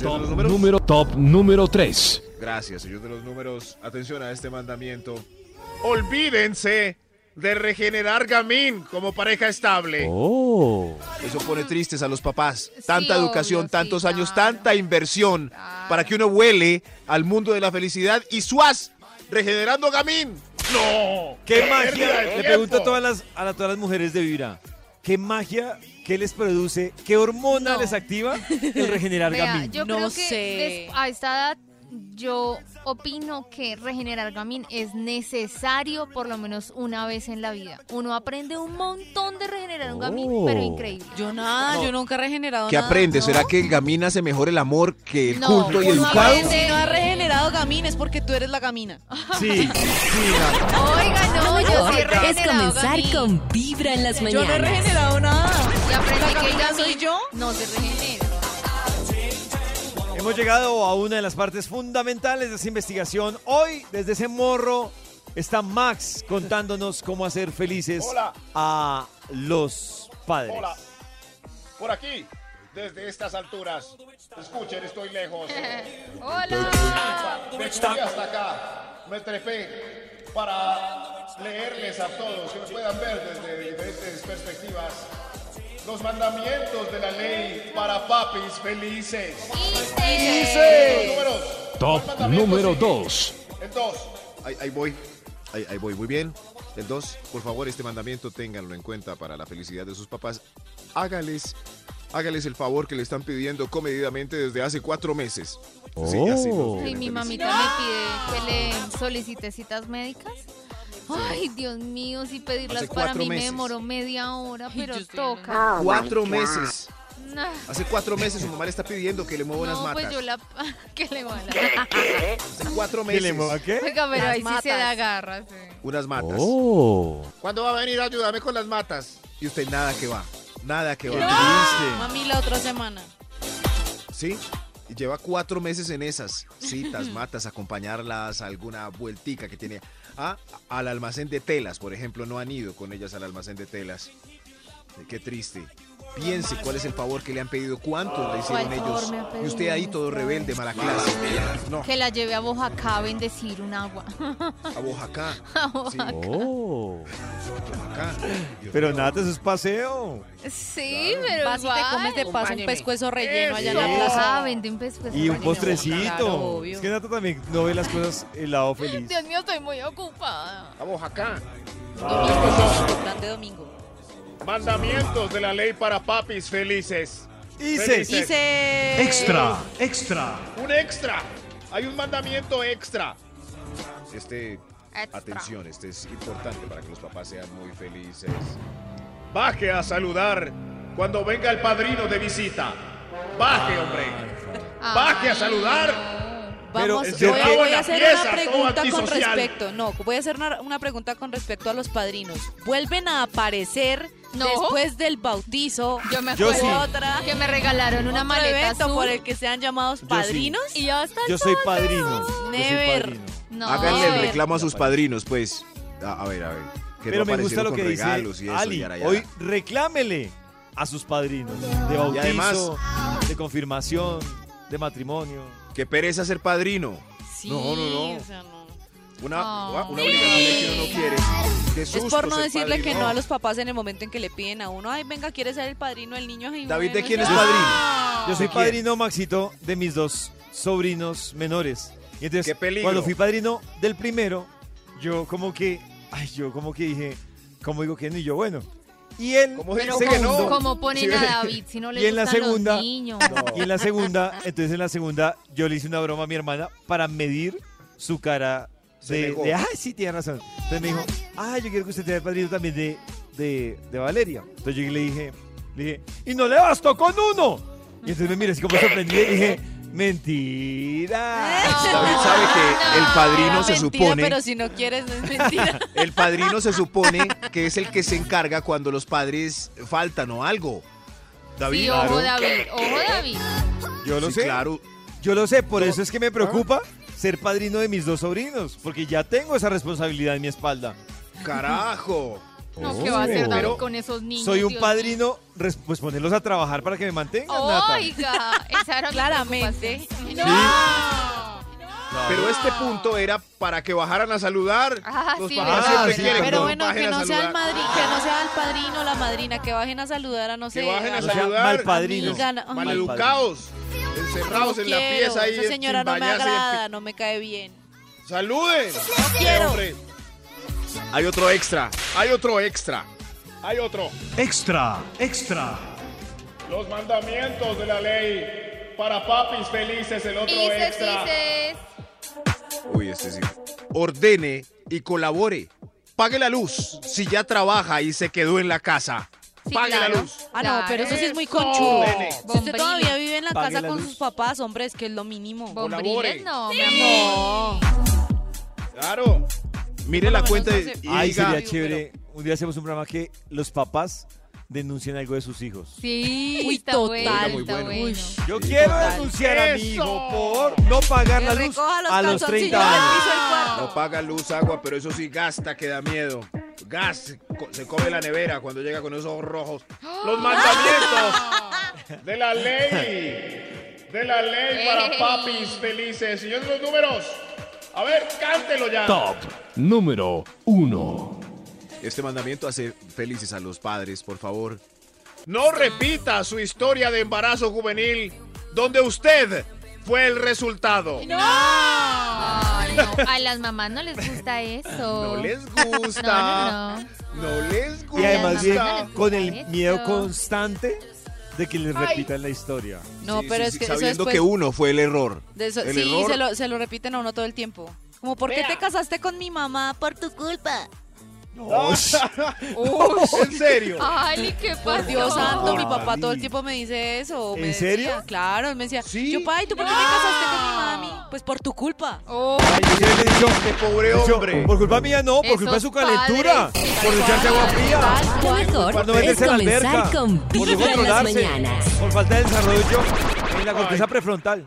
[SPEAKER 8] Top número, top número 3.
[SPEAKER 4] Gracias, señor de los números. Atención a este mandamiento.
[SPEAKER 6] olvídense de regenerar gamín como pareja estable.
[SPEAKER 9] Oh.
[SPEAKER 4] Eso pone tristes a los papás. Tanta
[SPEAKER 6] obvio,
[SPEAKER 4] educación,
[SPEAKER 6] sí,
[SPEAKER 4] tantos años, tanta inversión para que uno vuele al mundo de la felicidad y suaz, regenerando gamín.
[SPEAKER 6] ¡No!
[SPEAKER 2] ¿Qué
[SPEAKER 4] Pérdida de
[SPEAKER 2] magia? Le
[SPEAKER 4] tiempo.
[SPEAKER 2] pregunto a todas las, a la- todas las mujeres de Vibra. ¿Qué magia? ¿Qué les produce? ¿Qué hormona les activa el regenerar
[SPEAKER 3] Vea,
[SPEAKER 2] gamín?
[SPEAKER 3] yo
[SPEAKER 10] No
[SPEAKER 3] creo que
[SPEAKER 10] sé.
[SPEAKER 3] des- a esta edad yo opino que regenerar gamín es necesario por lo menos una vez en la vida. Uno aprende un montón de regenerar un gamín,
[SPEAKER 4] Oh.
[SPEAKER 3] pero increíble.
[SPEAKER 10] Yo nada, yo nunca he regenerado
[SPEAKER 4] ¿Qué
[SPEAKER 10] nada.
[SPEAKER 4] aprende? ¿Será que el gamín hace mejor el amor que el
[SPEAKER 10] Ah, No,
[SPEAKER 4] culto y
[SPEAKER 10] uno
[SPEAKER 4] educado?
[SPEAKER 10] aprende, Si no ha regenerado gamín es porque tú eres la gamina. <laughs>
[SPEAKER 4] Sí.
[SPEAKER 3] Oiga,
[SPEAKER 1] Lo
[SPEAKER 3] no, yo
[SPEAKER 1] mejor
[SPEAKER 3] sí he
[SPEAKER 1] es
[SPEAKER 3] regenerado
[SPEAKER 1] comenzar
[SPEAKER 3] gamín.
[SPEAKER 1] con Vibra en las
[SPEAKER 10] Yo no he
[SPEAKER 1] mañanas.
[SPEAKER 10] regenerado nada.
[SPEAKER 3] Y aprendí
[SPEAKER 10] ¿La
[SPEAKER 3] que el
[SPEAKER 10] gamina soy
[SPEAKER 3] gamín
[SPEAKER 10] yo?
[SPEAKER 3] No se regenera.
[SPEAKER 2] Hemos llegado a una de las partes fundamentales de esta investigación. Hoy, desde ese morro, está Max contándonos cómo hacer felices
[SPEAKER 6] Hola.
[SPEAKER 2] a los padres.
[SPEAKER 6] Hola. Por aquí, desde estas alturas. Escuchen, estoy
[SPEAKER 10] <laughs>
[SPEAKER 6] lejos.
[SPEAKER 3] Hola.
[SPEAKER 6] Me subí hasta acá. Me trepé para leerles a todos que me puedan ver desde diferentes perspectivas. Los mandamientos de la ley para papis felices.
[SPEAKER 3] ¡Felices!
[SPEAKER 6] Números.
[SPEAKER 8] Top número 2.
[SPEAKER 6] El 2.
[SPEAKER 4] Ahí, ahí voy. Ahí, ahí voy. Muy bien. El 2, por favor, este mandamiento ténganlo en cuenta para la felicidad de sus papás. Hágales, hágales el favor que le están pidiendo comedidamente desde hace cuatro meses. Sí, así nos vienen
[SPEAKER 3] Ay, mi
[SPEAKER 4] felices.
[SPEAKER 3] mamita me pide que le solicite citas médicas. Ay, Dios mío, si pedirlas
[SPEAKER 4] Hace
[SPEAKER 3] para
[SPEAKER 4] cuatro
[SPEAKER 3] mí me
[SPEAKER 4] meses.
[SPEAKER 3] demoró media hora, pero
[SPEAKER 10] yo estoy
[SPEAKER 3] toca.
[SPEAKER 4] Cuatro meses.
[SPEAKER 3] Nah,
[SPEAKER 4] Hace cuatro meses su mamá le está pidiendo que le mueva las
[SPEAKER 3] No,
[SPEAKER 4] matas.
[SPEAKER 3] pues yo la... <laughs> ¿Qué le van a
[SPEAKER 4] Hace cuatro
[SPEAKER 2] ¿Qué
[SPEAKER 4] meses.
[SPEAKER 2] le mueva Oh. qué?
[SPEAKER 3] Oiga, pero
[SPEAKER 10] Las
[SPEAKER 3] ahí sí se
[SPEAKER 10] matas.
[SPEAKER 3] da garra, sí.
[SPEAKER 4] Unas matas.
[SPEAKER 6] ¿Cuándo va a venir a ayudarme con las matas?
[SPEAKER 4] Y usted nada que va. Nada que va.
[SPEAKER 10] Mami, la otra semana.
[SPEAKER 4] ¿Sí? Y Lleva cuatro meses en esas citas, <laughs> matas, acompañarlas a alguna vueltica que tiene. Ah, al almacén de telas, por ejemplo, no han ido con ellas al almacén de telas. Eh, Qué triste. Piense cuál es el favor que le han pedido, cuánto le hicieron
[SPEAKER 3] ¿Cuál favor
[SPEAKER 4] ellos.
[SPEAKER 3] me ha pedido
[SPEAKER 4] Y usted ahí todo rebelde, mala clase. No,
[SPEAKER 3] Que la lleve a Bojacá a bendecir un agua. <laughs>
[SPEAKER 4] a Oaxaca. Sí, Oaxaca. Dios
[SPEAKER 2] oh. Pero
[SPEAKER 4] mío.
[SPEAKER 2] nada, eso es paseo.
[SPEAKER 3] sí, pero
[SPEAKER 10] Vas y te
[SPEAKER 3] igual.
[SPEAKER 10] comes de paso un
[SPEAKER 11] Acompáñeme.
[SPEAKER 10] pescuezo relleno allá en
[SPEAKER 2] Eso.
[SPEAKER 10] la plaza.
[SPEAKER 3] Ah, venden pescuezos.
[SPEAKER 2] Y un
[SPEAKER 3] Ay, no,
[SPEAKER 2] postrecito.
[SPEAKER 10] claro, obvio.
[SPEAKER 2] es que Nata también no ve las cosas el lado feliz.
[SPEAKER 3] Dios mío, estoy muy ocupada.
[SPEAKER 6] Vamos acá.
[SPEAKER 4] Ah.
[SPEAKER 10] Plan de domingo.
[SPEAKER 6] Mandamientos de la ley para papis felices.
[SPEAKER 2] Ices.
[SPEAKER 6] Felices.
[SPEAKER 10] Hice...
[SPEAKER 7] Extra, extra.
[SPEAKER 6] Un extra. Hay un mandamiento extra.
[SPEAKER 4] Este,
[SPEAKER 3] Extra.
[SPEAKER 4] atención, este es importante para que los papás sean muy felices.
[SPEAKER 6] Baje a saludar cuando venga el padrino de visita. Baje, hombre.
[SPEAKER 10] Ah.
[SPEAKER 6] Baje a saludar.
[SPEAKER 2] Pero
[SPEAKER 10] Vamos,
[SPEAKER 2] es
[SPEAKER 10] voy,
[SPEAKER 2] que-
[SPEAKER 10] a- voy a hacer una
[SPEAKER 6] Empieza, todo
[SPEAKER 10] pregunta con
[SPEAKER 6] antisocial.
[SPEAKER 10] respecto. No, voy a hacer una, una pregunta con respecto a los padrinos. ¿Vuelven a aparecer
[SPEAKER 3] No.
[SPEAKER 10] después del bautizo?
[SPEAKER 3] Yo me
[SPEAKER 2] Yo
[SPEAKER 3] acuerdo
[SPEAKER 2] sí.
[SPEAKER 10] Otra,
[SPEAKER 3] que me regalaron una
[SPEAKER 10] otro
[SPEAKER 3] maleta
[SPEAKER 10] evento
[SPEAKER 3] azul.
[SPEAKER 10] por el que sean llamados padrinos.
[SPEAKER 3] Y yo hasta el
[SPEAKER 2] Yo soy
[SPEAKER 3] sol.
[SPEAKER 2] padrino. yo soy
[SPEAKER 10] Never.
[SPEAKER 2] padrino.
[SPEAKER 3] No.
[SPEAKER 4] Háganle el
[SPEAKER 10] Ay.
[SPEAKER 4] reclamo a sus padrinos, pues. A, a ver, a ver. Que
[SPEAKER 2] Pero
[SPEAKER 4] no
[SPEAKER 2] me gusta
[SPEAKER 4] aparecieron
[SPEAKER 2] lo
[SPEAKER 4] con
[SPEAKER 2] que dice
[SPEAKER 4] regalos y eso,
[SPEAKER 2] Ali.
[SPEAKER 4] y ara, y ara.
[SPEAKER 2] Hoy reclámele a sus padrinos de bautizo,
[SPEAKER 4] además-
[SPEAKER 2] de confirmación, de matrimonio.
[SPEAKER 4] Qué pereza ser padrino.
[SPEAKER 10] Sí,
[SPEAKER 4] No, no, no.
[SPEAKER 10] o sea, no.
[SPEAKER 4] Una,
[SPEAKER 3] Ah.
[SPEAKER 4] una obligación que uno no quiere. Qué
[SPEAKER 10] Es
[SPEAKER 4] susto
[SPEAKER 10] por no
[SPEAKER 4] ser
[SPEAKER 10] decirle que
[SPEAKER 4] padrino.
[SPEAKER 10] no a los papás en el momento en que le piden a uno, ay, venga, ¿quieres ser el padrino del niño? Ay,
[SPEAKER 4] David, ¿de
[SPEAKER 10] bueno,
[SPEAKER 4] quién es
[SPEAKER 10] ya.
[SPEAKER 4] padrino?
[SPEAKER 2] Yo soy
[SPEAKER 4] quién?
[SPEAKER 2] padrino, Maxito, de mis dos sobrinos menores. Y entonces,
[SPEAKER 4] ¡Qué peligro!
[SPEAKER 2] cuando fui padrino del primero, yo como que, ay, yo como que dije, ¿cómo digo quién? Y yo, bueno. Y él,
[SPEAKER 4] ¿Cómo
[SPEAKER 2] el
[SPEAKER 4] dice
[SPEAKER 3] Pero
[SPEAKER 4] que
[SPEAKER 2] segundo,
[SPEAKER 3] como, como ponen a David, si no le
[SPEAKER 2] Y en la
[SPEAKER 3] gustan
[SPEAKER 2] segunda-
[SPEAKER 3] los niños.
[SPEAKER 2] Y en la segunda, entonces en la segunda, yo le hice una broma a mi hermana para medir su cara
[SPEAKER 4] Se
[SPEAKER 2] de,
[SPEAKER 4] negó.
[SPEAKER 2] de ay, sí, tiene razón. Entonces me dijo, ay, yo quiero que usted sea el padrino también de, de, de Valeria. Entonces yo le dije, le dije, y no le bastó con uno. Y entonces me mira así como sorprendida y dije, mentira.
[SPEAKER 4] David sabe que el padrino se
[SPEAKER 10] Mentira,
[SPEAKER 4] supone.
[SPEAKER 10] pero si no quieres, no es mentira.
[SPEAKER 4] <laughs> El padrino se supone que es el que se encarga cuando los padres faltan o algo. David.
[SPEAKER 3] Sí, ojo David, ojo David.
[SPEAKER 2] Yo lo
[SPEAKER 4] Sí,
[SPEAKER 2] sé,
[SPEAKER 4] claro.
[SPEAKER 2] yo lo sé, por eso es
[SPEAKER 4] Ah.
[SPEAKER 2] que me preocupa ser padrino de mis dos sobrinos, porque ya tengo esa responsabilidad en mi espalda.
[SPEAKER 11] ¡Carajo!
[SPEAKER 3] No, ¿qué va a hacer David con esos niños?
[SPEAKER 2] Soy un
[SPEAKER 3] Dios
[SPEAKER 2] padrino, res- pues ponerlos a trabajar para que me mantengan, Nata.
[SPEAKER 3] Oiga, esa era mi
[SPEAKER 10] Claramente.
[SPEAKER 3] preocupación.
[SPEAKER 11] Pero este punto era para que bajaran a saludar.
[SPEAKER 10] Ah,
[SPEAKER 11] Los
[SPEAKER 10] sí,
[SPEAKER 11] papás
[SPEAKER 10] ¿verdad?
[SPEAKER 11] siempre
[SPEAKER 10] Sí,
[SPEAKER 11] quieren
[SPEAKER 10] pero
[SPEAKER 11] los
[SPEAKER 10] bueno,
[SPEAKER 11] bajen
[SPEAKER 10] que
[SPEAKER 11] a
[SPEAKER 10] no, sea el
[SPEAKER 11] saludar.
[SPEAKER 10] madri, que no sea el padrino o la madrina, que bajen a saludar a no sé.
[SPEAKER 11] Que bajen a
[SPEAKER 10] la
[SPEAKER 11] saludar.
[SPEAKER 2] malpadrinos.
[SPEAKER 10] amiga, la- ay,
[SPEAKER 11] Maleducados.
[SPEAKER 10] no
[SPEAKER 11] Encerrados en la
[SPEAKER 10] quiero,
[SPEAKER 11] pieza ahí.
[SPEAKER 10] Esa señora
[SPEAKER 11] sin
[SPEAKER 10] no me
[SPEAKER 11] bañarse, en
[SPEAKER 10] agrada, no me cae bien.
[SPEAKER 11] pi- ¡Saluden!
[SPEAKER 10] quiero.
[SPEAKER 11] Hombre. Hay otro extra. Hay otro extra. Hay otro.
[SPEAKER 7] Extra, extra.
[SPEAKER 6] Los mandamientos de la ley para papis felices, el otro
[SPEAKER 3] Felices,
[SPEAKER 6] extra.
[SPEAKER 3] felices.
[SPEAKER 4] Uy, este sí.
[SPEAKER 11] Ordene y colabore. Pague la luz si ya trabaja y se quedó en la casa.
[SPEAKER 3] Sí,
[SPEAKER 11] Pague la
[SPEAKER 3] claro.
[SPEAKER 11] luz.
[SPEAKER 10] Ah, no, pero eso sí es muy
[SPEAKER 3] Eso.
[SPEAKER 10] conchudo.
[SPEAKER 11] Nene.
[SPEAKER 10] Si usted
[SPEAKER 3] Bombril.
[SPEAKER 10] todavía vive en la
[SPEAKER 2] Pague
[SPEAKER 10] casa
[SPEAKER 2] la
[SPEAKER 10] con
[SPEAKER 2] luz.
[SPEAKER 10] sus papás, hombre, es que es lo mínimo.
[SPEAKER 3] Bombriles, no, mi amor.
[SPEAKER 10] No.
[SPEAKER 11] Claro. Mire
[SPEAKER 10] Por lo
[SPEAKER 11] la
[SPEAKER 10] menos
[SPEAKER 11] cuenta
[SPEAKER 10] no
[SPEAKER 11] y
[SPEAKER 10] se-
[SPEAKER 2] Ay,
[SPEAKER 11] diga,
[SPEAKER 2] sería chévere. Un día hacemos un programa que los papás denuncien algo de sus hijos.
[SPEAKER 3] Sí,
[SPEAKER 10] Uy,
[SPEAKER 3] está
[SPEAKER 10] total.
[SPEAKER 3] bueno,
[SPEAKER 10] Está
[SPEAKER 3] está
[SPEAKER 10] muy
[SPEAKER 3] bueno.
[SPEAKER 10] Uy.
[SPEAKER 2] Yo
[SPEAKER 4] Sí.
[SPEAKER 2] quiero
[SPEAKER 10] Total.
[SPEAKER 2] denunciar a mi
[SPEAKER 11] ¡Eso!
[SPEAKER 2] hijo por no pagar
[SPEAKER 10] Que
[SPEAKER 2] la luz
[SPEAKER 10] recoja los
[SPEAKER 2] a los
[SPEAKER 10] calzoncillos
[SPEAKER 2] 30
[SPEAKER 10] del
[SPEAKER 2] años.
[SPEAKER 10] piso del cuarto.
[SPEAKER 11] No paga luz, agua, pero eso sí gasta, que da miedo. Gas, co- se come la nevera cuando llega con esos ojos
[SPEAKER 10] <gasps>
[SPEAKER 11] rojos.
[SPEAKER 6] Los mandamientos de la ley. De la ley para
[SPEAKER 3] Ey.
[SPEAKER 6] papis felices. Señores, los números. A ver, cántelo ya.
[SPEAKER 8] Top número 1.
[SPEAKER 4] Este mandamiento hace felices a los padres, por favor.
[SPEAKER 6] No repita su historia de embarazo juvenil donde usted fue el resultado.
[SPEAKER 3] Ay, no, a las mamás no les gusta eso.
[SPEAKER 11] No les
[SPEAKER 3] No,
[SPEAKER 11] gusta.
[SPEAKER 3] no, no.
[SPEAKER 11] No les
[SPEAKER 2] Y
[SPEAKER 11] gusta.
[SPEAKER 2] además
[SPEAKER 3] bien,
[SPEAKER 2] llegan con el
[SPEAKER 3] esto.
[SPEAKER 2] miedo constante de que les repitan la historia.
[SPEAKER 10] No,
[SPEAKER 4] Sí,
[SPEAKER 10] pero
[SPEAKER 4] sí,
[SPEAKER 10] es
[SPEAKER 4] sí,
[SPEAKER 10] que eso
[SPEAKER 4] sabiendo
[SPEAKER 10] después...
[SPEAKER 4] que uno fue el error.
[SPEAKER 10] de eso-
[SPEAKER 4] el
[SPEAKER 10] sí,
[SPEAKER 4] error-
[SPEAKER 10] se lo, se lo repiten a uno todo el tiempo. Como, ¿por qué
[SPEAKER 6] Vea.
[SPEAKER 10] te casaste con mi mamá? Por tu culpa.
[SPEAKER 11] ¿En
[SPEAKER 2] <laughs>
[SPEAKER 11] serio?
[SPEAKER 3] Ay, ¿qué
[SPEAKER 10] Pues, Por
[SPEAKER 3] pasó?
[SPEAKER 10] Dios santo, mi papá
[SPEAKER 2] Ay.
[SPEAKER 10] todo el tiempo me dice eso. me
[SPEAKER 2] ¿En serio?
[SPEAKER 10] decía, claro, él me decía,
[SPEAKER 11] Sí.
[SPEAKER 10] yo, pa, ¿y tú por qué te casaste con mi mami? Pues por tu culpa.
[SPEAKER 3] Oh,
[SPEAKER 11] ¡Qué pobre
[SPEAKER 2] Yo,
[SPEAKER 11] hombre!
[SPEAKER 2] por culpa mía no, por culpa de su
[SPEAKER 3] Esos
[SPEAKER 2] calentura,
[SPEAKER 3] padres.
[SPEAKER 2] por echarse agua fría,
[SPEAKER 1] Lo mejor
[SPEAKER 2] cuando
[SPEAKER 1] es
[SPEAKER 2] meterse a la
[SPEAKER 1] comenzar
[SPEAKER 2] alberca,
[SPEAKER 1] con
[SPEAKER 2] por no
[SPEAKER 1] Vibra en las
[SPEAKER 2] controlarse,
[SPEAKER 1] mañanas.
[SPEAKER 2] por falta de desarrollo en la corteza prefrontal.